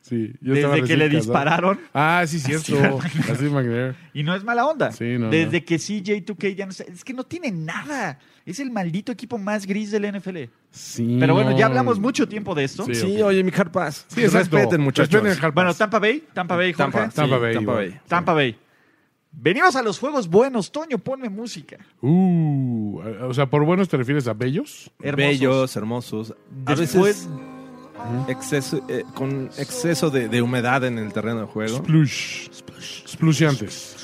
Sí, yo estaba Desde que recién le casado. dispararon, Ah, sí, cierto. Así McNair. y no es mala onda. Sí, no, Desde no. que CJ2K ya no está- Es que no tiene nada. Es el maldito equipo más gris del NFL. Sí. Pero bueno, ya no. hablamos mucho tiempo de esto. Sí, Sí, ok. oye, mi hard pass. Sí, exacto. Respeten, muchachos. Respeten el hard Bueno, pass. Tampa Bay, Tampa Bay, Jorge. Tampa, sí, Tampa Tampa Bay, Bay. igual. Tampa Bay. Venimos a los juegos buenos, Toño, ponme música. Uh, o sea, por buenos te refieres a bellos. Hermosos. Bellos, hermosos. A Después- veces exceso, eh, con exceso de, de humedad en el terreno de juego. Splush. Splushiantes.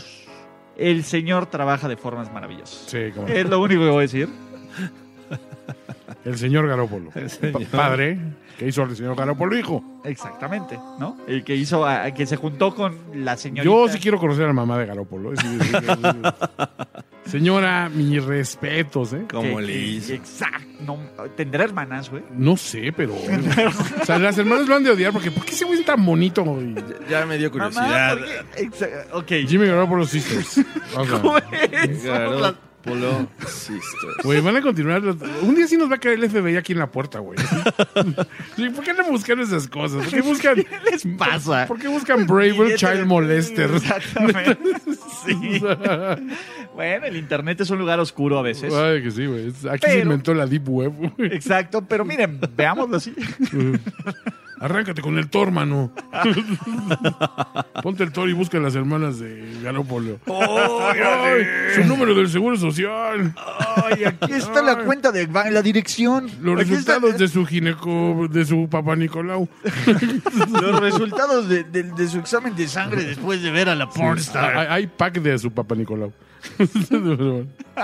El Señor trabaja de formas maravillosas. Sí, como Es lo único que voy a decir. el señor Garópolo. Pa- Padre, que hizo el señor Garópolo, hijo. Exactamente, ¿no? El que hizo, a- que se juntó con la señorita. Yo sí quiero conocer a la mamá de Garópolo. eh, sí, sí, sí. Señora, mis respetos, ¿eh? Que- Como que- Liz. Exacto. No, tendrá hermanas, güey. No sé, pero. o sea, las hermanas lo han de odiar porque ¿por qué ese güey es tan bonito? güey? Ya me dio Mamá, curiosidad. ¿por qué? Exa- Ok. Jimmy Garoppolo Sisters. O sea, Claro, Las- Eh, Polo Sisters. Güey, van a continuar. los- Un día sí nos va a caer el FBI aquí en la puerta, güey. Sí, ¿Por qué no buscan esas cosas? ¿Por qué buscan, les pasa? ¿por qué buscan Braver Billete de- Child Molesters? Exactamente. Sí. Bueno, el internet es un lugar oscuro a veces. Ay, que sí, güey. Aquí se Pero- inventó la Deep Web, güey. Exacto, pero miren, veámoslo así. Arráncate con el Thor, mano. Ponte el Thor y busca a las hermanas de Galópolo. Ay, su número del seguro social. Ay, aquí está la cuenta de ba- la dirección. Los Aquí está- eh. resultados de su gineco, de su papá Nicolau. los resultados de, de- de su examen de sangre después de ver a la pornstar. Hay, hay pack de su papá Nicolau.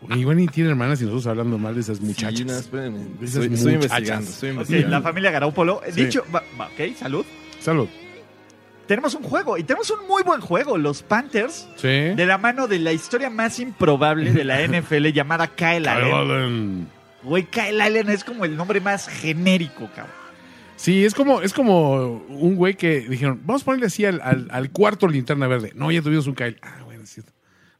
Güey, Igual ni tiene hermanas y nosotros hablando mal de esas Sí, no, muchachas. espérenme. Esas Estoy, muchachas. estoy investigando. Estoy Ok, investigando. la familia Garópolo. Dicho, va- va, ok, salud. Salud. Tenemos un juego y tenemos un muy buen juego. Los Panthers, Sí. de la mano de la historia más improbable de la NFL llamada Kyle Allen. Allen. Güey, Kyle Allen es como el nombre más genérico, cabrón. Sí, es como, es como un güey que dijeron, vamos a ponerle así al, al- al cuarto linterna verde. No, ya tuvimos un Kyle. Ah, bueno, es cierto.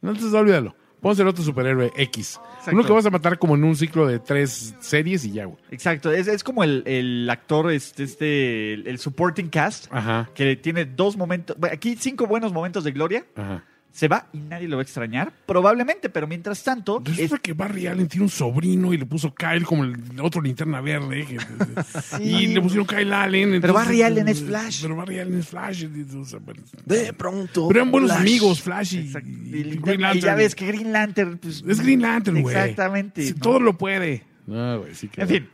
No, entonces olvídalo. Vamos a otro superhéroe X. Uno que vas a matar como en un ciclo de tres series y ya, güey. Exacto, es, es como el, el actor, este, este el, el supporting cast, Ajá, que tiene dos momentos, bueno, aquí cinco buenos momentos de gloria, ajá. se va y nadie lo va a extrañar, probablemente, pero mientras tanto, es- Resulta que Barry Allen tiene un sobrino y le puso Kyle como el otro linterna verde. que- Y le pusieron Kyle Allen. entonces- eh, Barry Allen es Flash. Pero Barry Allen es Flash. entonces, bueno. De pronto. Pero eran buenos Flash. amigos, Flash y, exacto, Ah, y y, Green y ya Lantern. ves que Green Lantern, pues, Es Green Lantern, güey. Exactamente, Sí, ¿no? Todo lo puede. No, güey, sí que- en fin,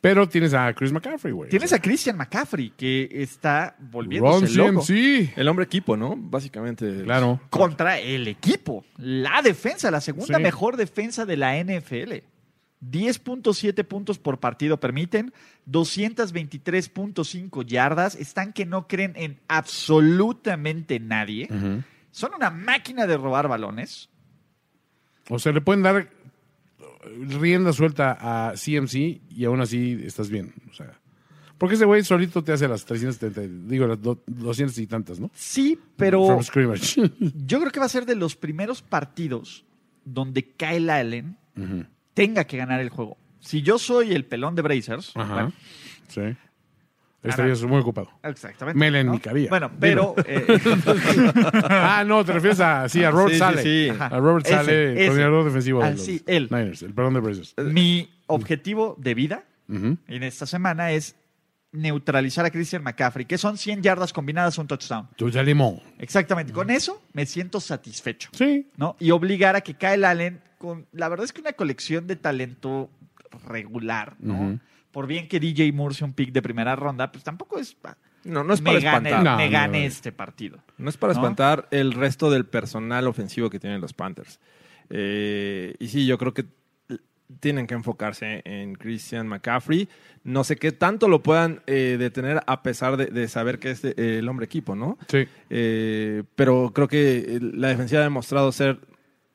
Pero tienes a Chris McCaffrey, güey. Tienes a Christian McCaffrey, que está Ron volviéndose loco CMC. El hombre equipo, ¿no? Básicamente. Claro. contra el equipo. La defensa, la segunda Sí. mejor defensa de la NFL. 10.7 puntos por partido permiten, 223.5 yardas, están que no creen en absolutamente nadie. Son una máquina de robar balones. O sea, le pueden dar rienda suelta a CMC y aún así estás bien. O sea, porque ese güey solito te hace las 370, digo, las do- 200 y tantas, ¿no? Sí, pero From scrimmage. yo creo que va a ser de los primeros partidos donde Kyle Allen tenga que ganar el juego. Si yo soy el pelón de Brazers, Ajá. Sí. Estarías muy ocupado. Exactamente. Me la enmicaría. Bueno, pero. eh, Ah, no, te refieres a, sí, a Robert Sí, sí, Sale. sí. Ajá. A Robert Ese, Sale, ese. coordinador defensivo Ah, de los sí, él. Niners, el perdón de Blazers. eh, mi objetivo de vida Ujú. en esta semana es neutralizar a Christian McCaffrey, que son 100 yardas combinadas, un touchdown. Tú ya limón. Exactamente. Con eso me siento satisfecho. Sí. ¿no? Y obligar a que Kyle Allen, con, la verdad es que una colección de talento regular, ¿no? Ujú. Por bien que DJ Moore sea un pick de primera ronda, pues tampoco es. No, no es para me gane, espantar. No, me no, gane no. este partido. No es para ¿No? espantar el resto del personal ofensivo que tienen los Panthers. Eh, y sí, yo creo que eh, tienen que enfocarse en Christian McCaffrey. No sé qué tanto lo puedan eh, detener a pesar de, de saber que es eh, el hombre equipo, ¿no? Sí. Eh, pero creo que eh, la defensiva ha demostrado ser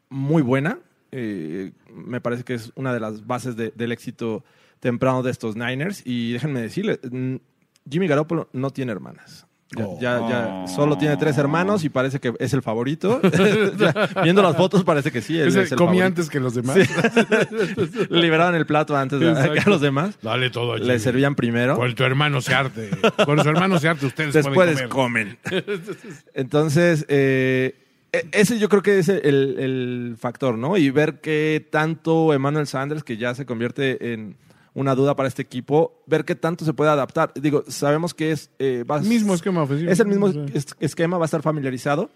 muy buena. Eh, me parece que es una de las bases de- del éxito temprano de estos Niners. Y déjenme decirles, mm, Jimmy Garoppolo no tiene hermanas. Ya, ya- ya solo tiene tres hermanos y parece que es el favorito. Ya, viendo las fotos parece que sí. él Ese es el comía favorito. antes que los demás. Liberaban el plato antes de que a los demás. Dale todo allí. Le servían primero. Con tu hermano se arte. Con su hermano se arte ustedes Después pueden comer. comen. Entonces, eh, e- ese yo creo que es el, el factor, ¿no? Y ver que tanto Emmanuel Sanders, que ya se convierte en una duda para este equipo, ver qué tanto se puede adaptar. Digo, sabemos que es... eh, va- Mismo esquema ofensivo. Es el mismo O sea. es- esquema, va a estar familiarizado.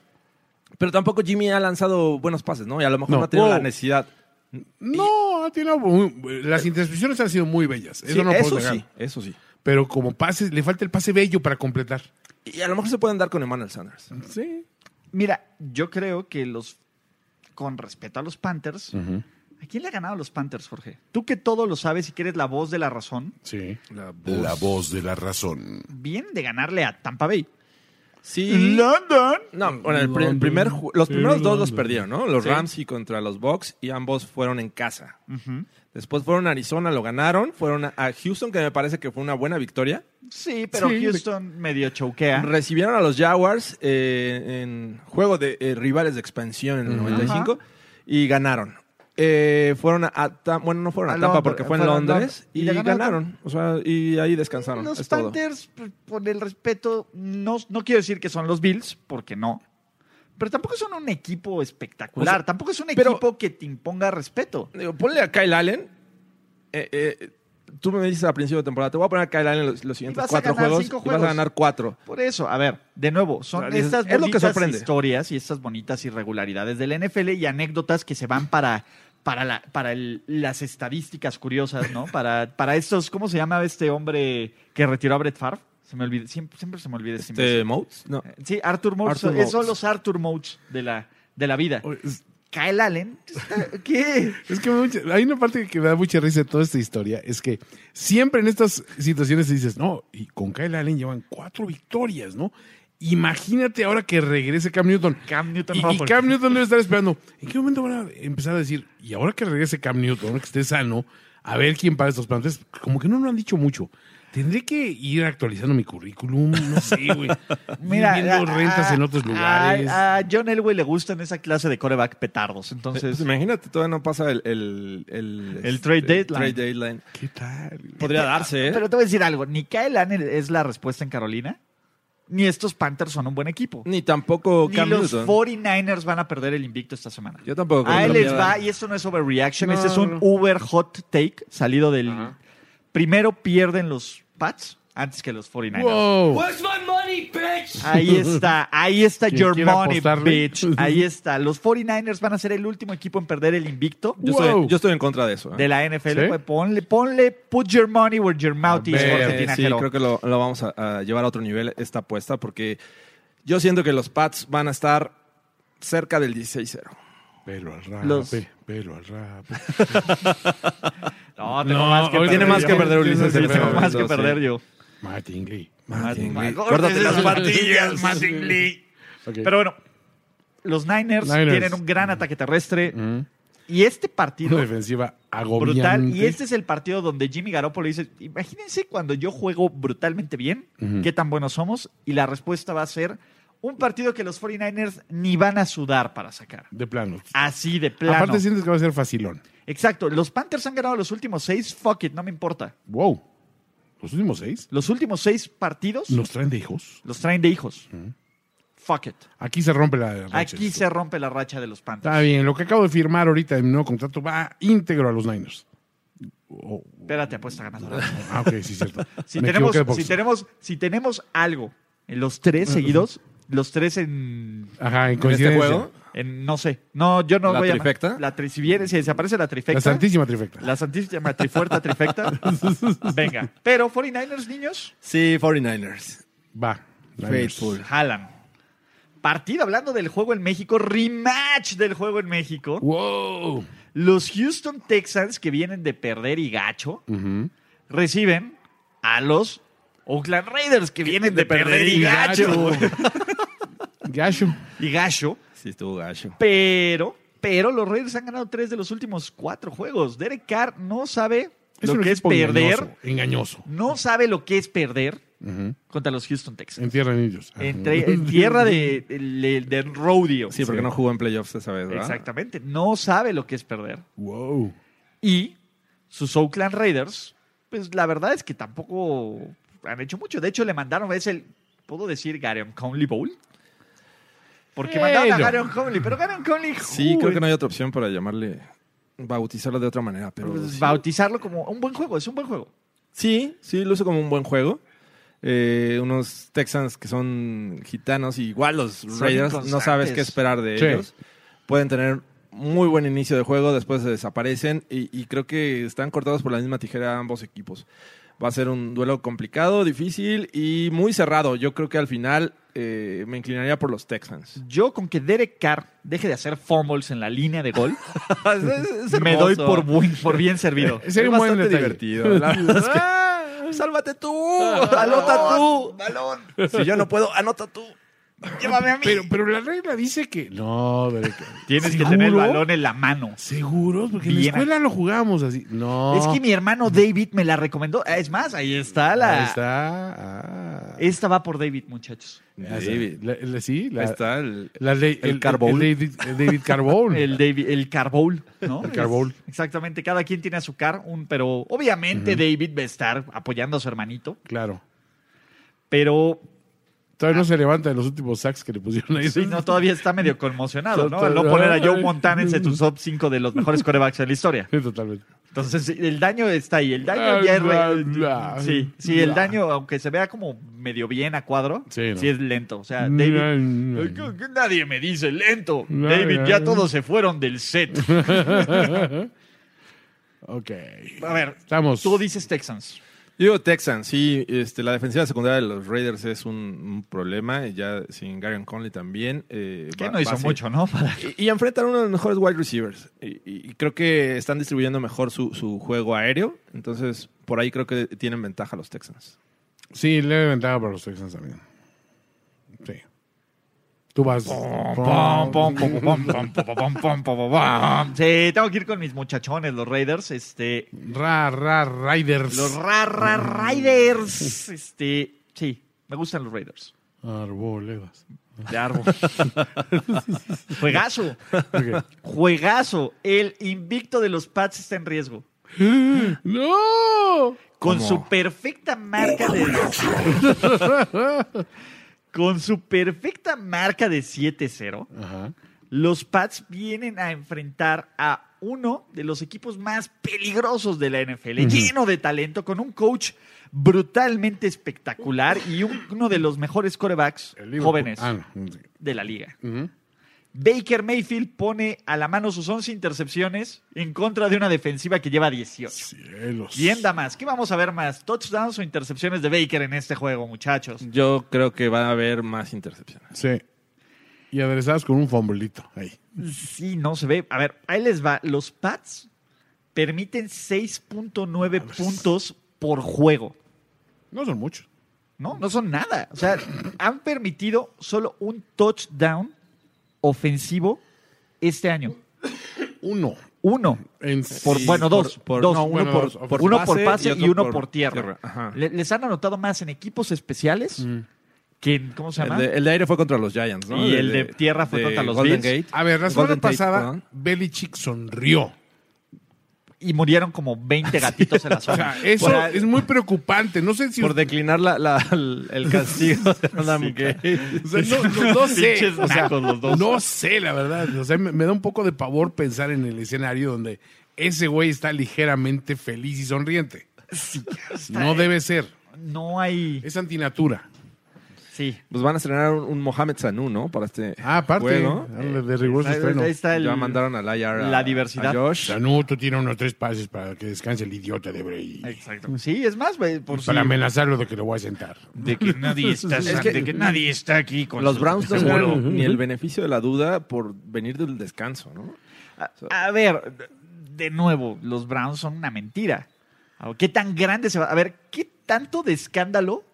Pero tampoco Jimmy ha lanzado buenos pases, ¿no? Y a lo mejor no, No. ha tenido la Wow. necesidad. No, tiene un- las intercepciones han sido muy bellas. Eso Sí, no lo eso puedo negar. sí, eso sí. Pero como pase, le falta el pase bello para completar. Y a lo mejor se pueden dar con Emmanuel Sanders. Sí. Mira, yo creo que los. Con respeto a los Panthers, ¿a quién le ha ganado los Panthers, Jorge? Tú que todo lo sabes y que eres la voz de la razón, Sí. La La voz de la razón. bien de ganarle a Tampa Bay. Sí. London. No, bueno, el, pri- el primer ju- los primeros dos los perdieron, ¿no? Los Ramsey contra los Bucks y ambos fueron en casa. Después fueron a Arizona, lo ganaron. Fueron a- a Houston, que me parece que fue una buena victoria. Sí, pero Sí, Houston medio choquea. Recibieron a los Jaguars eh, en juego de eh, rivales de expansión en el 95 y ganaron. Eh, fueron a, a Tam- bueno no fueron a, A Tampa Londres, porque fue en fueron a Londres Londres. y, Y le ganaron. ganaron, o sea y ahí descansaron. Los es todo. Panthers, p- por el respeto, no, no quiero decir que son los Bills, porque no. Pero tampoco son un equipo espectacular. O sea, tampoco es un pero- equipo que te imponga respeto. Digo, ponle a Kyle Allen. Eh, eh, tú me dices a principio de temporada, te voy a poner a Kyle Allen los, los siguientes vas a cuatro ganar juegos, cinco y vas a juegos. ganar cuatro. Por eso, a ver, de nuevo, son O sea, dices, estas es lo que bonitas sorprende. historias y estas bonitas irregularidades del NFL y anécdotas que se van para, para, la- para el- las estadísticas curiosas, ¿no? Para, para estos, ¿cómo se llama este hombre que retiró a Brett Favre? Se me olvida, siempre, siempre se me olvida este imbécil. Este, Motes? No. Sí, Arthur Motes. Arthur eh, Son Motes. los Arthur Motes de la, de la vida. Kyle Allen. ¿Qué? Es que me da mucha- hay una parte que me da mucha risa de toda esta historia. Es que siempre en estas situaciones dices, no, y con Kyle Allen llevan cuatro victorias, ¿no? Imagínate ahora que regrese Cam Newton. Cam Newton Y, y Ruffle. Cam Newton debe estar esperando. ¿En qué momento van a empezar a decir, y ahora que regrese Cam Newton, ahora que esté sano, a ver quién paga estos planes? Como que no lo han dicho mucho. Tendré que ir actualizando mi currículum, no sé, güey. Mira, viendo a- rentas en otros a- lugares. ah, A, John Elway le gustan esa clase de coreback petardos. Pues Entonces, imagínate, todavía no pasa el, el, el, este, El trade deadline. trade deadline. ¿Qué tal? Podría darse, ¿eh? pero te voy a decir algo. Ni Kyle Allen es la respuesta en Carolina, ni estos Panthers son un buen equipo. Ni tampoco Ni Cam los Newton. 49ers van a perder el invicto esta semana. Yo tampoco creo A que él lo les pierdan. va, y esto no es overreaction, No, este es un no. uber hot take salido del... Primero pierden los Pats, antes que los 49ers. Wow. Ahí está, ahí está Quien your quiera money, apostarle. bitch. Ahí está. Los 49ers van a ser el último equipo en perder el invicto Yo, estoy, Wow. yo estoy en contra de eso. ¿eh? de la NFL. ¿Sí? Pues ponle, ponle, put your money where your mouth is, ver, Jorge Eh, sí, Tinajero. creo que lo, lo vamos a, a llevar a otro nivel esta apuesta porque yo siento que los Pats van a estar cerca del 16-0. Pelo al rape, Los- pelo al rape. No, tengo No, más que hoy perder. Tiene más yo. que perder Sí, Ulises. en este Tengo más momento, que sí. perder yo. Martin Lee. Martin Lee. Martin Córtate Lee. las patillas, Martin Lee. Ok. Pero bueno, los Niners, Niners. tienen un gran ataque terrestre. Y este Una partido defensiva agobiante. brutal. Y este es el partido donde Jimmy Garoppolo dice, imagínense cuando yo juego brutalmente bien, qué tan buenos somos. Y la respuesta va a ser un partido que los 49ers ni van a sudar para sacar. De plano. Así de plano. Aparte sientes que va a ser facilón. Exacto. Los Panthers han ganado los últimos seis. Fuck it, no me importa. Wow. Los últimos seis Los últimos seis partidos nos traen de hijos. los traen de hijos. Fuck it. Aquí se rompe la racha. Aquí se rompe la racha de los Panthers. Está bien. Lo que acabo de firmar ahorita en mi nuevo contrato va íntegro a los Niners. Espérate, apuesta ganadora. Ah, ok, sí, cierto. Si Me tenemos, equivoqué de box. si, tenemos, si tenemos algo en los tres seguidos, los tres en, Ajá, en ¿En este coincidencia. juego? en- no sé. No, yo no ¿La voy a. trifecta? La tri- si viene, si desaparece la trifecta. La Santísima Trifecta. La santísima trifuerta trifecta. venga. Pero 49ers, niños, Sí, 49ers. Va. Niners. Faithful. jalan. Partido hablando del juego en México, rematch del juego en México. Wow. Los Houston Texans, que vienen de perder y gacho, reciben a los Oakland Raiders, que vienen de, perder, y gacho. Gashu. Y gacho. Sí, estuvo gacho. Pero, pero los Raiders han ganado tres de los últimos cuatro juegos. Derek Carr no sabe lo que es perder. Engañoso. engañoso. No sabe lo que es perder contra los Houston Texans. En tierra de ellos. Entre- en tierra de, de- de rodeo. Sí, porque no jugó en playoffs esa vez, ¿verdad? Exactamente. No sabe lo que es perder. Wow. Y sus Oakland Raiders, pues la verdad es que tampoco han hecho mucho. De hecho, le mandaron, es el, ¿puedo decir Garion Conley Bowl? Porque mandaron a Bueno. Garion Conley, pero Garion Conley... Sí, uy, creo que no hay otra opción para llamarle, bautizarlo de otra manera, pero... pues, sí. Bautizarlo como un buen juego, es un buen juego. Sí, sí, luce como un buen juego. Eh, unos Texans que son gitanos y igual los Son Raiders, no sabes qué inconstantes. esperar de Sí. ellos. Pueden tener muy buen inicio de juego, después se desaparecen y, y creo que están cortados por la misma tijera ambos equipos. Va a ser un duelo complicado, difícil y muy cerrado. Yo creo que al final eh, me inclinaría por los Texans. Yo con que Derek Carr deje de hacer fumbles en la línea de gol, Es- es- es me doy hermoso. por, buen- por bien servido. Sería es un buen bastante detalle. divertido. la verdad es que- ¡Sálvate tú! ¡Anota tú! ¡Balón! Si yo no puedo, anota tú. Llévame a mí. Pero, pero la regla dice que. No, Derek. Tienes ¿Seguro? que tener el balón en la mano. ¿Seguros? Porque en la Bien. escuela lo jugábamos así. No. Es que mi hermano David me la recomendó. Ah, Es más, ahí está la... Ahí está. Ah. Esta va por David, muchachos. Ya sé. La- la- sí, la, Ahí está el- la ley- el Carbowl. el David, el David Carbowl. El, David, el Carbowl, ¿no? El Carbowl. Exactamente, cada quien tiene a su car, un, pero obviamente David va a estar apoyando a su hermanito, Claro. pero Todavía no se levanta de los últimos sacks que le pusieron ahí. sí, no, todavía está medio conmocionado, ¿no? Al no Total. poner a Joe Montana en tu top 5 de los mejores corebacks de la historia. Sí, totalmente. Entonces, sí, el daño está ahí, el daño ya es real. Sí, sí, el daño, aunque se vea como medio bien a cuadro, sí, Sí, ¿no? es lento. O sea, Ah, David... David. Nadie me dice lento. No, David, ya, ya ya. todos se fueron del set. Ok. A ver, Estamos. tú dices Texans. Yo digo Texans, sí, este, la defensiva secundaria de los Raiders es un, un problema, y ya sin Garen Conley también. eh, Que va- no va hizo a ser- mucho, ¿no? Para- Y, y enfrentan a uno de los mejores wide receivers, y, y- y creo que están distribuyendo mejor su, su juego aéreo, entonces por ahí creo que tienen ventaja los Texans. Sí, le he ventaja para los Texans también. Sí. Tú vas. Pom, pom, pom, pom, pom, pom, pom, pom, pom, pom, pom. Sí, tengo que ir con mis muchachones, los Raiders. Este, Ra, ra, Riders. los ra, ra, Raiders. Este, sí, me gustan los Raiders. Arboledas. De árbol. Juegazo. Ok. Juegazo. El invicto de los Pats está en riesgo. ¡No! Con su perfecta marca de. con su perfecta marca de 7-0. Ajá. los Pats vienen a enfrentar a uno de los equipos más peligrosos de la NFL, lleno de talento, con un coach brutalmente espectacular y un- uno de los mejores corebacks El Liverpool. jóvenes Ah, no, sí. de la liga. Ujú. Baker Mayfield pone a la mano sus 11 intercepciones en contra de una defensiva que lleva 18. Cielos. ¿Quién da más? ¿Qué vamos a ver más? ¿Touchdowns o intercepciones de Baker en este juego, Mm. muchachos? Yo creo que va a haber más intercepciones. Sí. Y aderezadas con un fumbleito ahí. Sí, no se ve. A ver, ahí les va. Los Pats permiten 6.9 puntos por juego. No son muchos. No, no son nada. O sea, han permitido solo un touchdown ofensivo este año. Uno. Uno. En Por, sí. bueno, dos. por- dos. no, uno bueno, por, dos. uno Por por pase pase, y y, otro uno por por, tierra. tierra. Ajá. Le- les han anotado más en equipos especiales que en, ¿cómo se llama? Mm. El de, el de aire fue contra los Giants, ¿no? Y el de tierra fue contra los Golden Bills. Gate. A ver, la semana Golden Tate, pasada, perdón. Belichick sonrió. Y murieron como 20 gatitos en la O zona. sea, eso Por- es muy preocupante. No sé si. Por declinar la, la- el el castigo de Adam Gate. o sea, no, no- no sé. Pinches O sea, nacos los dos. No sé, la verdad. O sea, me, me da un poco de pavor pensar en el escenario donde ese güey está ligeramente feliz y sonriente. No debe ser. No hay... Es antinatura. Sí. Pues van a estrenar un, un Mohamed Sanu, ¿no? Para este Ah, aparte. juego. ándale, de riguroso eh, Ahí- estreno. ahí está Ah, el- Ya mandaron al IR a- la diversidad. a Josh. Sanuto tiene unos tres pases para que descanse el idiota de Bray. Exacto. Sí, es más, güey, por si- Para amenazarlo de que lo voy a sentar. de que nadie está, Es que- de que nadie está aquí con Los su- Browns no seguro. ganan ni el beneficio de la duda por venir del descanso, ¿no? A ver, de nuevo, los Browns son una mentira. ¿Qué tan grande se va? A ver, ¿qué tanto de escándalo?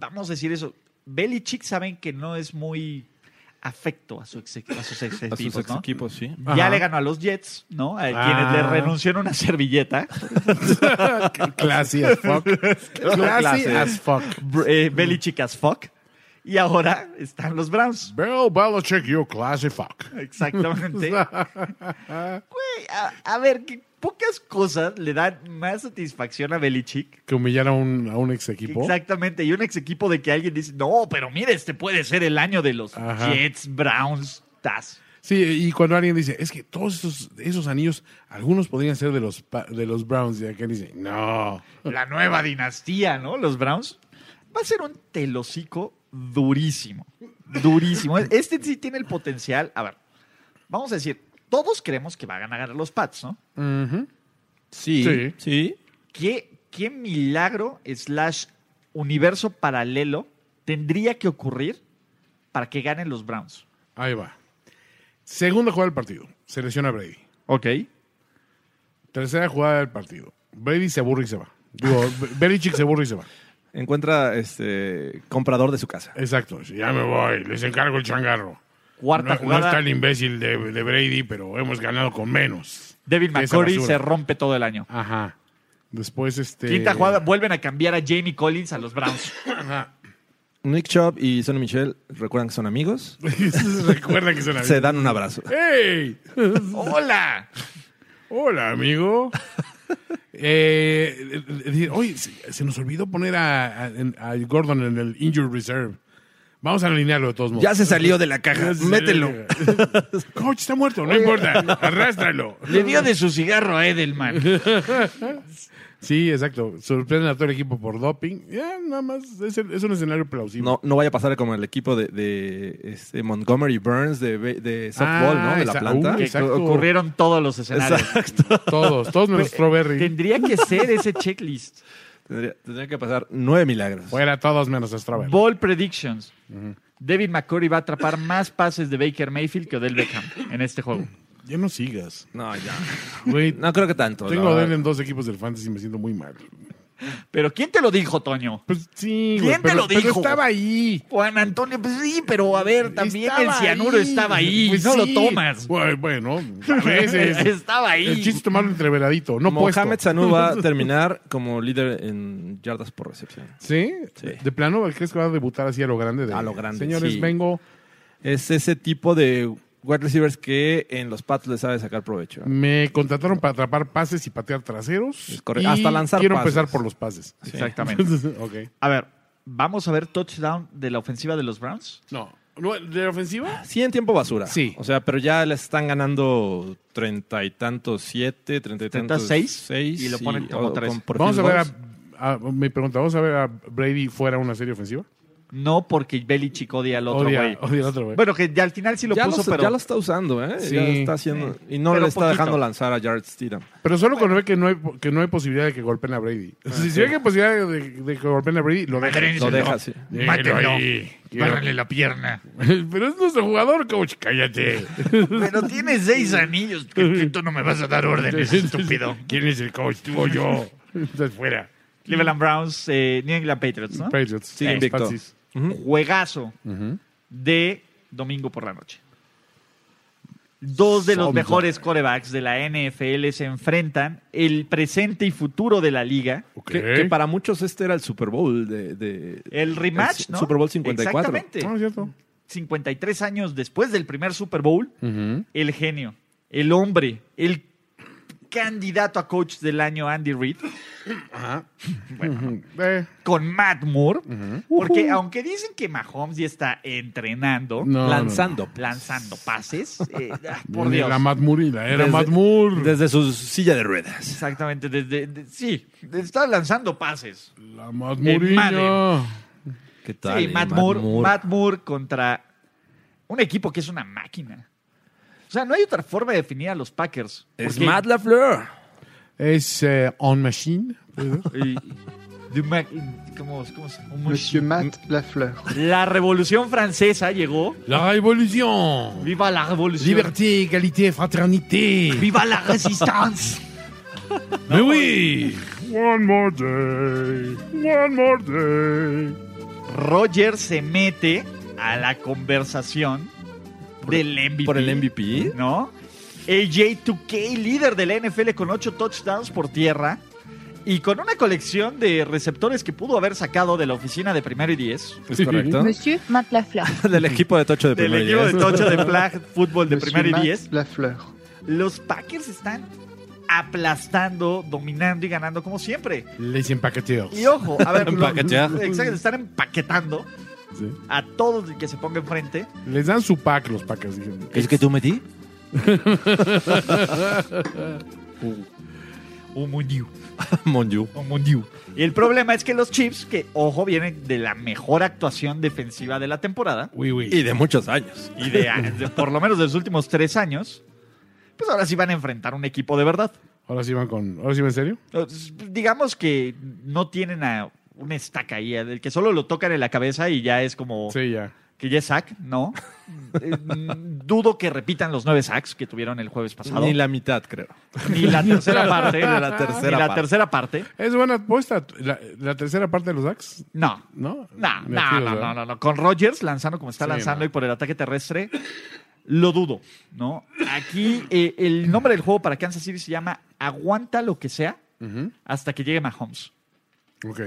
Vamos a decir eso. Belichick saben que no es muy afecto a, su ex- a sus ex A sus equipos, ex ¿no? equipos, sí. Ya Ajá. le ganó a los Jets, ¿no? A Ah. quienes le renunció en una servilleta. Classy as fuck. Classy Clase. as fuck. Br- eh, Belichick as fuck. Y ahora están los Browns. Bill Belichick, you classy fuck. Exactamente. Güey, a, a ver, que pocas cosas le dan más satisfacción a Belichick. Que humillara a un, a un ex equipo. Exactamente. Y un ex equipo de que alguien dice, no, pero mira, este puede ser el año de los Ajá. Jets, Browns, Taz. Sí, y cuando alguien dice, es que todos esos, esos anillos, algunos podrían ser de los, pa- de los Browns. Y aquel dice, no. La nueva dinastía, ¿no? Los Browns. Va a ser un telocico durísimo. Durísimo. Este sí tiene el potencial. A ver, vamos a decir, todos creemos que van a ganar los Pats, ¿no? Sí. Sí. ¿qué, qué milagro slash universo paralelo tendría que ocurrir para que ganen los Browns? Ahí va. Segunda jugada del partido. Se lesiona Brady. Ok. Tercera jugada del partido. Brady se aburre y se va. Digo, Be- Belichick se aburre y se va. Encuentra este comprador de su casa. Exacto. Ya me voy. Les encargo el changarro. Cuarta no, no jugada. está el imbécil de, de Brady, pero hemos ganado con menos. Devin Esa McCourty basura. se rompe todo el año. Ajá. Después, este. Quinta jugada, vuelven a cambiar a Jamie Collins a los Browns. Nick Chubb y Sonny Michel recuerdan que son amigos. Recuerda que se la Se dan un abrazo. ¡Hey! ¡Hola! Hola, amigo. Eh, eh, eh, oye, se, se nos olvidó poner a, a- en- a Gordon en el Injured Reserve. Vamos a alinearlo de todos modos. Ya se salió de la caja. Mételo. Coach está muerto, no importa. Arrástralo. Le dio de su cigarro a Edelman. Sí, exacto. Sorprenden a todo el equipo por doping. Ya, nada más. Es, el- es un escenario plausible. No, no vaya a pasar como el equipo de, de, este, Montgomery Burns de, be- de softball, Ah, ¿no? De esa- la planta. uh, Que Exacto. ocurrieron todos los escenarios. Todos, todos Pues, menos eh, Strawberry. Tendría que ser ese checklist. Tendría, tendría que pasar nueve milagros. Fuera todos menos Strawberry. Ball predictions. David McCourty va a atrapar más pases de Baker Mayfield que Odell Beckham en este juego. Ya no sigas. No, ya. Güey, No creo que tanto. la tengo a verdad. Odell en dos equipos del fantasy y me siento muy mal. Pero ¿quién te lo dijo, Toño? Pues sí, ¿Quién güey, te pero, lo pero dijo? estaba ahí. Juan Antonio, pues sí, pero a ver, también Estaba el cianuro ahí. estaba ahí, Pues no sí. lo tomas. Güey, Bueno, a veces. estaba ahí. El chiste es tomarlo entreveradito, no Mohamed puesto. Sanu va a terminar como líder en yardas por recepción. ¿Sí? Sí. ¿De plano crees que va a debutar así a lo grande? de- A lo grande, Señores, sí. vengo, Es ese tipo de wide receivers que en los Pats le sabe sacar provecho. me contrataron para atrapar pases y patear traseros. Es correcto. y Hasta lanzar Quiero pases. empezar por los pases. Exactamente. ok. A ver, ¿vamos a ver touchdown de la ofensiva de los Browns? No. ¿No, ¿De la ofensiva? Sí, en tiempo basura. Sí. O sea, pero ya les están ganando treinta y tantos siete, treinta y Treinta tantos seis, seis. y lo ponen y- como o- tres. con- por Vamos a field ver goals. a, a- Mi pregunta, ¿vamos a ver a Brady fuera una serie ofensiva? No porque Belichick odia al otro güey. Odia, odia al otro, güey. Bueno, que ya al final sí lo ya, puso, lo, pero. ya lo está usando, ¿eh? Sí. Ya está haciendo. Y no Pero le está poquito. dejando lanzar a Jared Stidham. Pero solo cuando ve que no hay, po- que no hay posibilidad de que golpeen a Brady. si se ve que hay posibilidad de, de que golpeen a Brady, lo dejan. Lo deja así. Mátenlo. Bárrale la pierna. Pero es nuestro jugador, coach. Cállate. Pero tiene seis anillos. que- que Tú no me vas a dar órdenes, estúpido. ¿Quién es el coach? Tú o yo. Estás fuera. Cleveland Browns, eh, New England Patriots, ¿no? Patriots. Eh, Sí, Los invicto. Patsys. Juegazo de domingo por la noche. Dos de los Sombra. mejores corebacks de la NFL se enfrentan el presente y futuro de la liga. Ok. Que, que para muchos este era el Super Bowl de. de- El El rematch, Su- ¿no? Super Bowl 54. Exactamente. No, es cierto. 53 años después del primer Super Bowl, el genio, el hombre, el candidato a coach del año Andy Reid Eh, con Matt Moore, porque aunque dicen que Mahomes ya está entrenando, no, no. lanzando. lanzando pases, eh, ah, por Ni Dios. La Matt Moore y la era Desde- Matt Moore. Desde su silla de ruedas. Exactamente, desde de- sí, está lanzando pases. la Matt en Murillo. ¿Qué tal? Sí, eh? Matt, Moore, Matt Moore contra un equipo que es una máquina. O sea, no hay otra forma de definir a los Packers. Es porque- Matt LaFleur. Es eh, On Machine. y- de ma- ¿cómo- cómo se- un- Monsieur Matt Lafleur. La Revolución Francesa llegó. La Revolución. ¡Viva la Revolución! Liberté, égalité, fraternité. ¡Viva la Resistance! Mais oui! One more day, one more day. Roger se mete a la conversación del MVP. Por el MVP. ¿No? AJ2K, líder de la NFL con 8 touchdowns por tierra y con una colección de receptores que pudo haber sacado de la oficina de primero y 10, Es correcto. Monsieur Matt Lafleur. del equipo de Tocho de del Primero y equipo de Diez. tocho de flag fútbol de primero y Matt 10. Lafleur. Los Packers están aplastando, dominando y ganando como siempre. Les empaqueteos. Y ojo, a ver, lo- Empaquetear. exacto, están empaquetando Sí. a todo el que se ponga enfrente. Les dan su pack los packers. dijeron. ¿Es que tú metí? Un Monju. Y el problema es que los Chiefs, que ojo, vienen de la mejor actuación defensiva de la temporada, Oui, oui. Y de muchos años. y de, de- por lo menos de los últimos tres años, pues ahora sí van a enfrentar un equipo de verdad. Ahora sí van con. Ahora sí van en serio. Entonces, digamos que no tienen a una estaca ahí, del que solo lo tocan en la cabeza y ya es como Sí, ya. que ya es sack, ¿no? Eh, Dudo que repitan los nueve sacks que tuvieron el jueves pasado. Ni la mitad, creo. Ni la tercera parte. Ni la tercera Ni la parte. tercera parte. Es buena apuesta. La, la tercera parte de los Dax, No. ¿no? No, Me no, tiro, no, ¿verdad? no, no, no. Con Rogers lanzando como está Sí, lanzando no. y por el ataque terrestre, lo dudo, ¿no? Aquí eh, el nombre del juego para Kansas City se llama Aguanta lo que sea hasta que llegue Mahomes. Ok.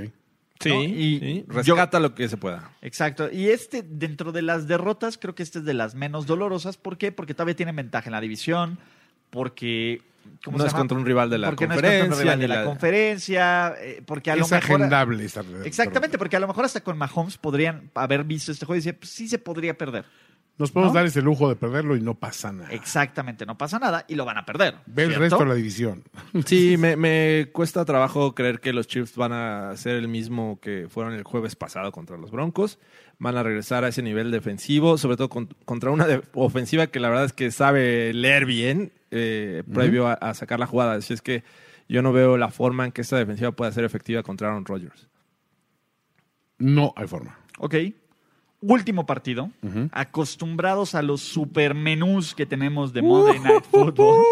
Sí. ¿no? Y yo- Rescata lo que se pueda. Exacto. Y este, dentro de las derrotas, creo que este es de las menos dolorosas. ¿Por qué? Porque todavía tienen ventaja en la división, porque... ¿cómo No se es llama? contra un rival de la porque conferencia. No es contra un rival de ni la, la- conferencia, eh, porque a lo Es mejor... agendable esta red. Exactamente, porque a lo mejor hasta con Mahomes podrían haber visto este juego y decir, pues, sí se podría perder. Nos podemos ¿No? dar ese lujo de perderlo y no pasa nada. Exactamente, no pasa nada y lo van a perder. Ah. Ve el ¿cierto? resto de la división. Sí, me, me cuesta trabajo creer que los Chiefs van a ser el mismo que fueron el jueves pasado contra los Broncos. Van a regresar a ese nivel defensivo, sobre todo con- contra una de- ofensiva que la verdad es que sabe leer bien eh, previo a, a sacar la jugada. Así es que yo no veo la forma en que esta defensiva pueda ser efectiva contra Aaron Rodgers. No hay forma. Ok. Último partido. Acostumbrados a los supermenús que tenemos de Monday Night Football.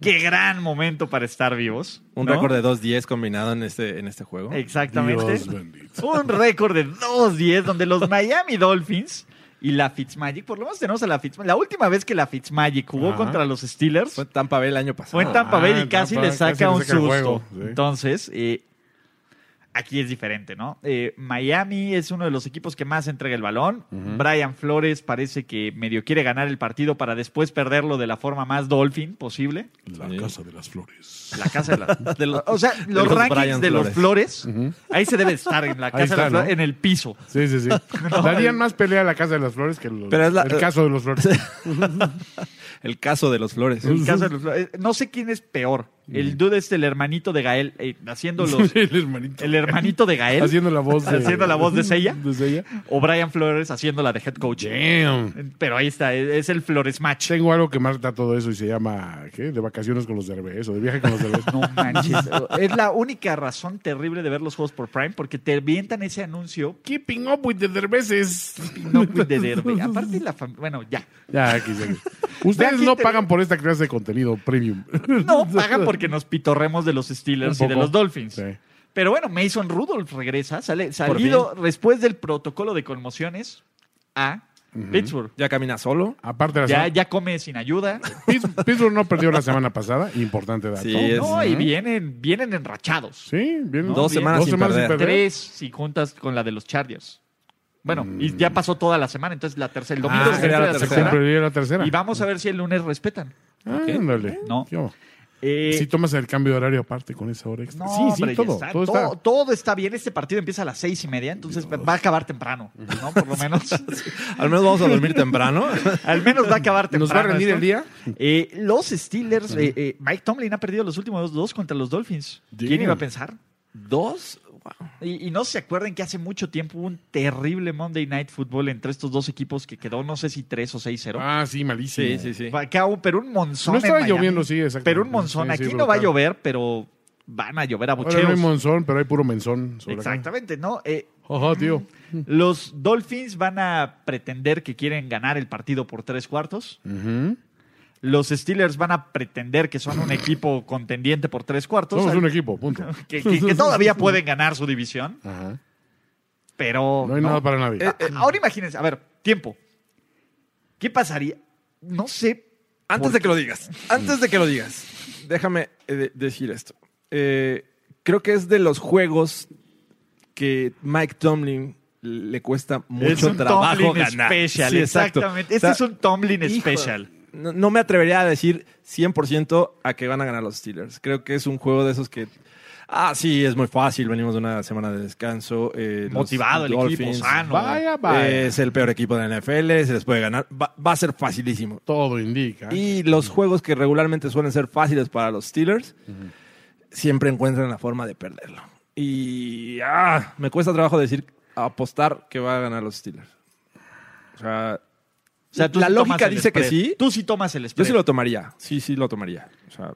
Qué gran momento para estar vivos. Un ¿no? récord de 2-10 combinado en este, en este juego. Exactamente. Dios bendito. Un récord de 2-10 donde los Miami Dolphins y la Fitzmagic, por lo menos tenemos a la Fitzmagic. La última vez que la Fitzmagic jugó Ajá. contra los Steelers Fue Tampa Bay el año pasado. Fue en Tampa Ah, Bay y en casi Tampa, le saca casi le un saca el susto. juego, sí. Entonces, eh, aquí es diferente, ¿no? Eh, Miami es uno de los equipos que más entrega el balón. Brian Flores parece que medio quiere ganar el partido para después perderlo de la forma más Dolphin posible. La Casa de las Flores. La casa de la- De los- O sea, los, los rankings Brian de los Flores, ahí se debe de estar, en la casa está, de las Flores, ¿no? en el piso. Sí, sí, sí. Darían más pelea a la Casa de las Flores que los- Pero es la- el caso de los Flores. El caso de los flores. En casa de los Flores. Eh, No sé quién es peor. El dude es el hermanito de Gael, eh, haciendo los- el hermanito. el hermanito de Gael, haciendo la voz de... haciendo la voz de Sella, de Seiya. o Brian Flores haciendo la de head coach. Damn. Pero ahí está, es es el Flores Match. Tengo algo que marca todo eso y se llama, ¿qué? De vacaciones con los derbés o de viaje con los derbés. No manches. es la única razón terrible de ver los juegos por Prime porque te avientan ese anuncio. Keeping up with the derbeses. No pude ver, güey. Aparte la fam- Bueno, ya. Ya, aquí, aquí. Ustedes Aquí no te- pagan por esta clase de contenido premium. No, pagan porque nos pitorremos de los Steelers Un y de poco. los Dolphins. Sí. Pero bueno, Mason Rudolph regresa, sale, salido después del protocolo de conmociones a Pittsburgh. Ya camina solo. Aparte, la Ya, semana- ya come sin ayuda. Pitts- Pittsburgh no perdió la semana pasada. Importante dato. Sí, Sí, es- No, y vienen, vienen enrachados. bien. Dos semanas sin perder. Tres si juntas con la de los Chargers. Bueno, y ya pasó toda la semana, entonces la tercera, el domingo Ah, se sería cumple la la Se tercera. tercera. cumpliría la tercera. Y vamos a ver si el lunes respetan. Ah, Ándale. No. ¿Qué hubo? Eh, Si tomas el cambio de horario aparte con esa hora extra. no, sí, sí, hombre, ya todo. está, todo está. todo- todo está bien. Este partido empieza a las seis y media, entonces va a acabar temprano, ¿no? Por lo menos. Al menos vamos a dormir temprano. Al menos va a acabar temprano. ¿Nos va a rendir esto. el día? Eh, los Steelers, eh, eh, Mike Tomlin ha perdido los últimos dos contra los Dolphins. ¿Quién Damn. iba a pensar? Dos. Wow. Y, y no se acuerden que hace mucho tiempo hubo un terrible Monday Night Football entre estos dos equipos que quedó, no sé si 3 o 6-0. Ah, sí, malísimo. Sí, sí, sí. Acá hubo- pero un monzón. No en estaba Miami. lloviendo, sí, exacto. Pero un monzón. Sí, sí, Aquí no va a brutal. llover, pero van a llover a Ahora no hay bucheos. monzón, pero hay puro menzón. sobre acá. Exactamente, ¿no? Eh, Ajá, tío. Los Dolphins van a pretender que quieren ganar el partido por tres cuartos. Los Steelers van a pretender que son un equipo contendiente por tres cuartos. Somos al- un equipo, punto. que, que- que todavía pueden ganar su división, Ajá. pero... No hay nada para nadie. Eh, Ah, ah, Ahora imagínense, a ver, tiempo. ¿Qué pasaría? No sé. Antes de que lo digas, antes de que lo digas, déjame eh, de- decir esto. Eh, creo que es de los juegos que Mike Tomlin le cuesta mucho es un trabajo Tomlin ganar. Special, Sí, exacto. exactamente. O Este sea, es un Tomlin hijo, Special. No, no me atrevería a decir 100% a que van a ganar los Steelers. Creo que es un juego de esos que. Ah, sí, es muy fácil. Venimos de una semana de descanso. eh, los Motivado el equipo, Dolphins, sano. Vaya, vaya. eh, Es el peor equipo de la NFL. Se les puede ganar. Va- va a ser facilísimo. Todo indica. Y los juegos que regularmente suelen ser fáciles para los Steelers, siempre encuentran la forma de perderlo. Y ah, me cuesta trabajo decir apostar que va a ganar los Steelers. O sea, O sea, tú la sí tomas lógica el dice que spread. sí. Tú sí tomas el Yo spread. sí lo tomaría. Sí, sí lo tomaría. O sea,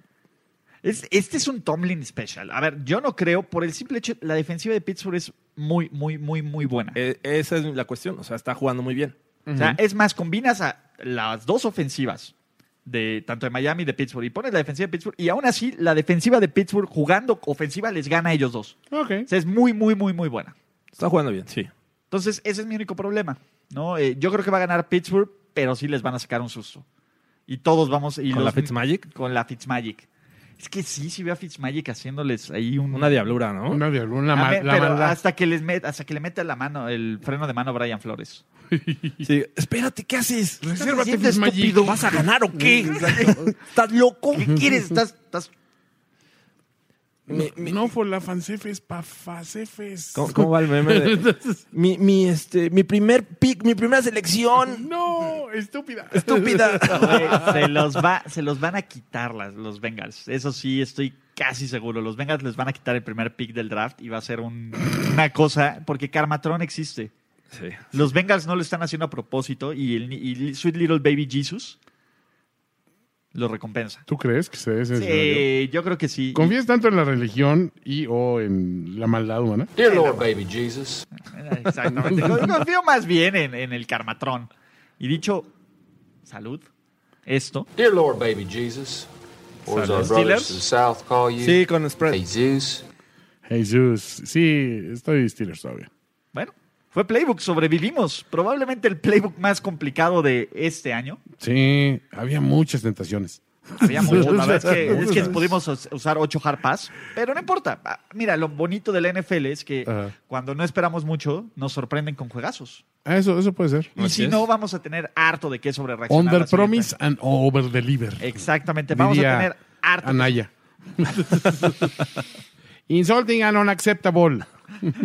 Es- este es un Tomlin Special. A ver, yo no creo, por el simple hecho, la defensiva de Pittsburgh es muy, muy, muy, muy buena. e- esa es la cuestión. O sea, está jugando muy bien. O sea, es más, combinas a las dos ofensivas de tanto de Miami y de Pittsburgh y pones la defensiva de Pittsburgh y aún así la defensiva de Pittsburgh jugando ofensiva les gana a ellos dos. Ok. O sea, es muy, muy, muy, muy buena. Está jugando bien, sí. Entonces, ese es mi único problema. ¿no? Eh, yo creo que va a ganar Pittsburgh, pero sí les van a sacar un susto. Y todos vamos... Y ¿Con los- la Fitzmagic? Con la Fitzmagic. Es que sí, sí veo a Fitzmagic haciéndoles ahí un... Una diablura, ¿no? Una diablo, una A ma- ver, la pero maldad. hasta que les met- hasta que le meta la mano, el freno de mano a Brian Flores. Sí. Espérate, ¿qué haces? Resérvate, Siente Fitzmagic. estúpido. ¿Vas a ganar o qué? ¿Estás loco? ¿Qué quieres? Estás, estás- No, no for la fancefes, pa facefes. ¿Cómo, cómo va el meme? de- mi, mi, este, mi primer pick, mi primera selección. No, estúpida. Estúpida. Güey, se los va, se los van a quitar las, los Bengals. Eso sí, estoy casi seguro. Los Bengals les van a quitar el primer pick del draft y va a ser un- una cosa porque Karmatron existe. Sí. Los Bengals no lo están haciendo a propósito y, el, ni- y Sweet Little Baby Jesus lo recompensa. ¿Tú crees que se es ese escenario? Sí, yo creo que sí. ¿Confías tanto en la religión y o en la maldad humana? Dear Lord, baby Jesus. eh, Exactamente. Yo Confío más bien en, en el Karmatrón. Y dicho, salud. Esto. Dear Lord, baby Jesus. Or as our Pues, brothers to the south call you. Sí, con spread. Jesus. Jesús. Sí, estoy Steelers todavía. Bueno, fue Playbook, sobrevivimos. Probablemente el Playbook más complicado de este año. Sí, había muchas tentaciones. Había mucho, la verdad es que, es que pudimos us- usar ocho harpas, pero no importa. Ah, Mira, lo bonito de la NFL es que Ajá. cuando no esperamos mucho, nos sorprenden con juegazos. Ah, eso, eso puede ser. Y si no, vamos a tener harto de qué sobre reaccionar. la Under siguiente. promise and over deliver. Exactamente, vamos Diría a tener harto. Anaya. Insulting and unacceptable. ¿Cómo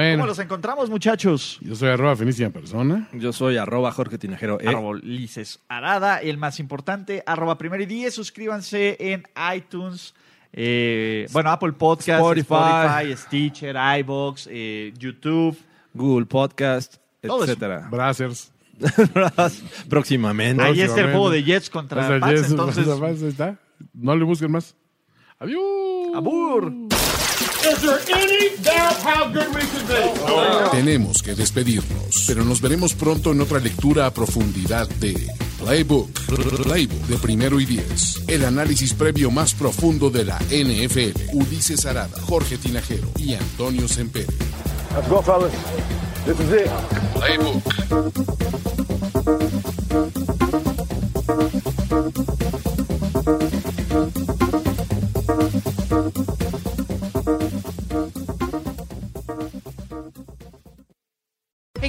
bueno, los encontramos, muchachos? yo soy arroba finísima persona. Yo soy arroba Jorge Tinajero. ¿eh? Arroba Ulises Arada, el más importante, arroba primero y diez, suscríbanse en iTunes, eh, bueno, Apple Podcast, Spotify. Spotify, Stitcher, iVoox, eh, YouTube. Google Podcast, Todo eso. etcétera. Brazzers. Próximamente. Ahí está el juego de Jets O contra sea, Pats, yes, entonces... Brazzers, ahí está. No le busquen más. Adiós. ¡Abur! Tenemos que despedirnos, pero nos veremos pronto en otra lectura a profundidad de Playbook, Playbook de primero y diez. El análisis previo más profundo de la NFL. Ulises Arada, Jorge Tinajero y Antonio Sempere. Let's go, fellas. This is it. Playbook. Hey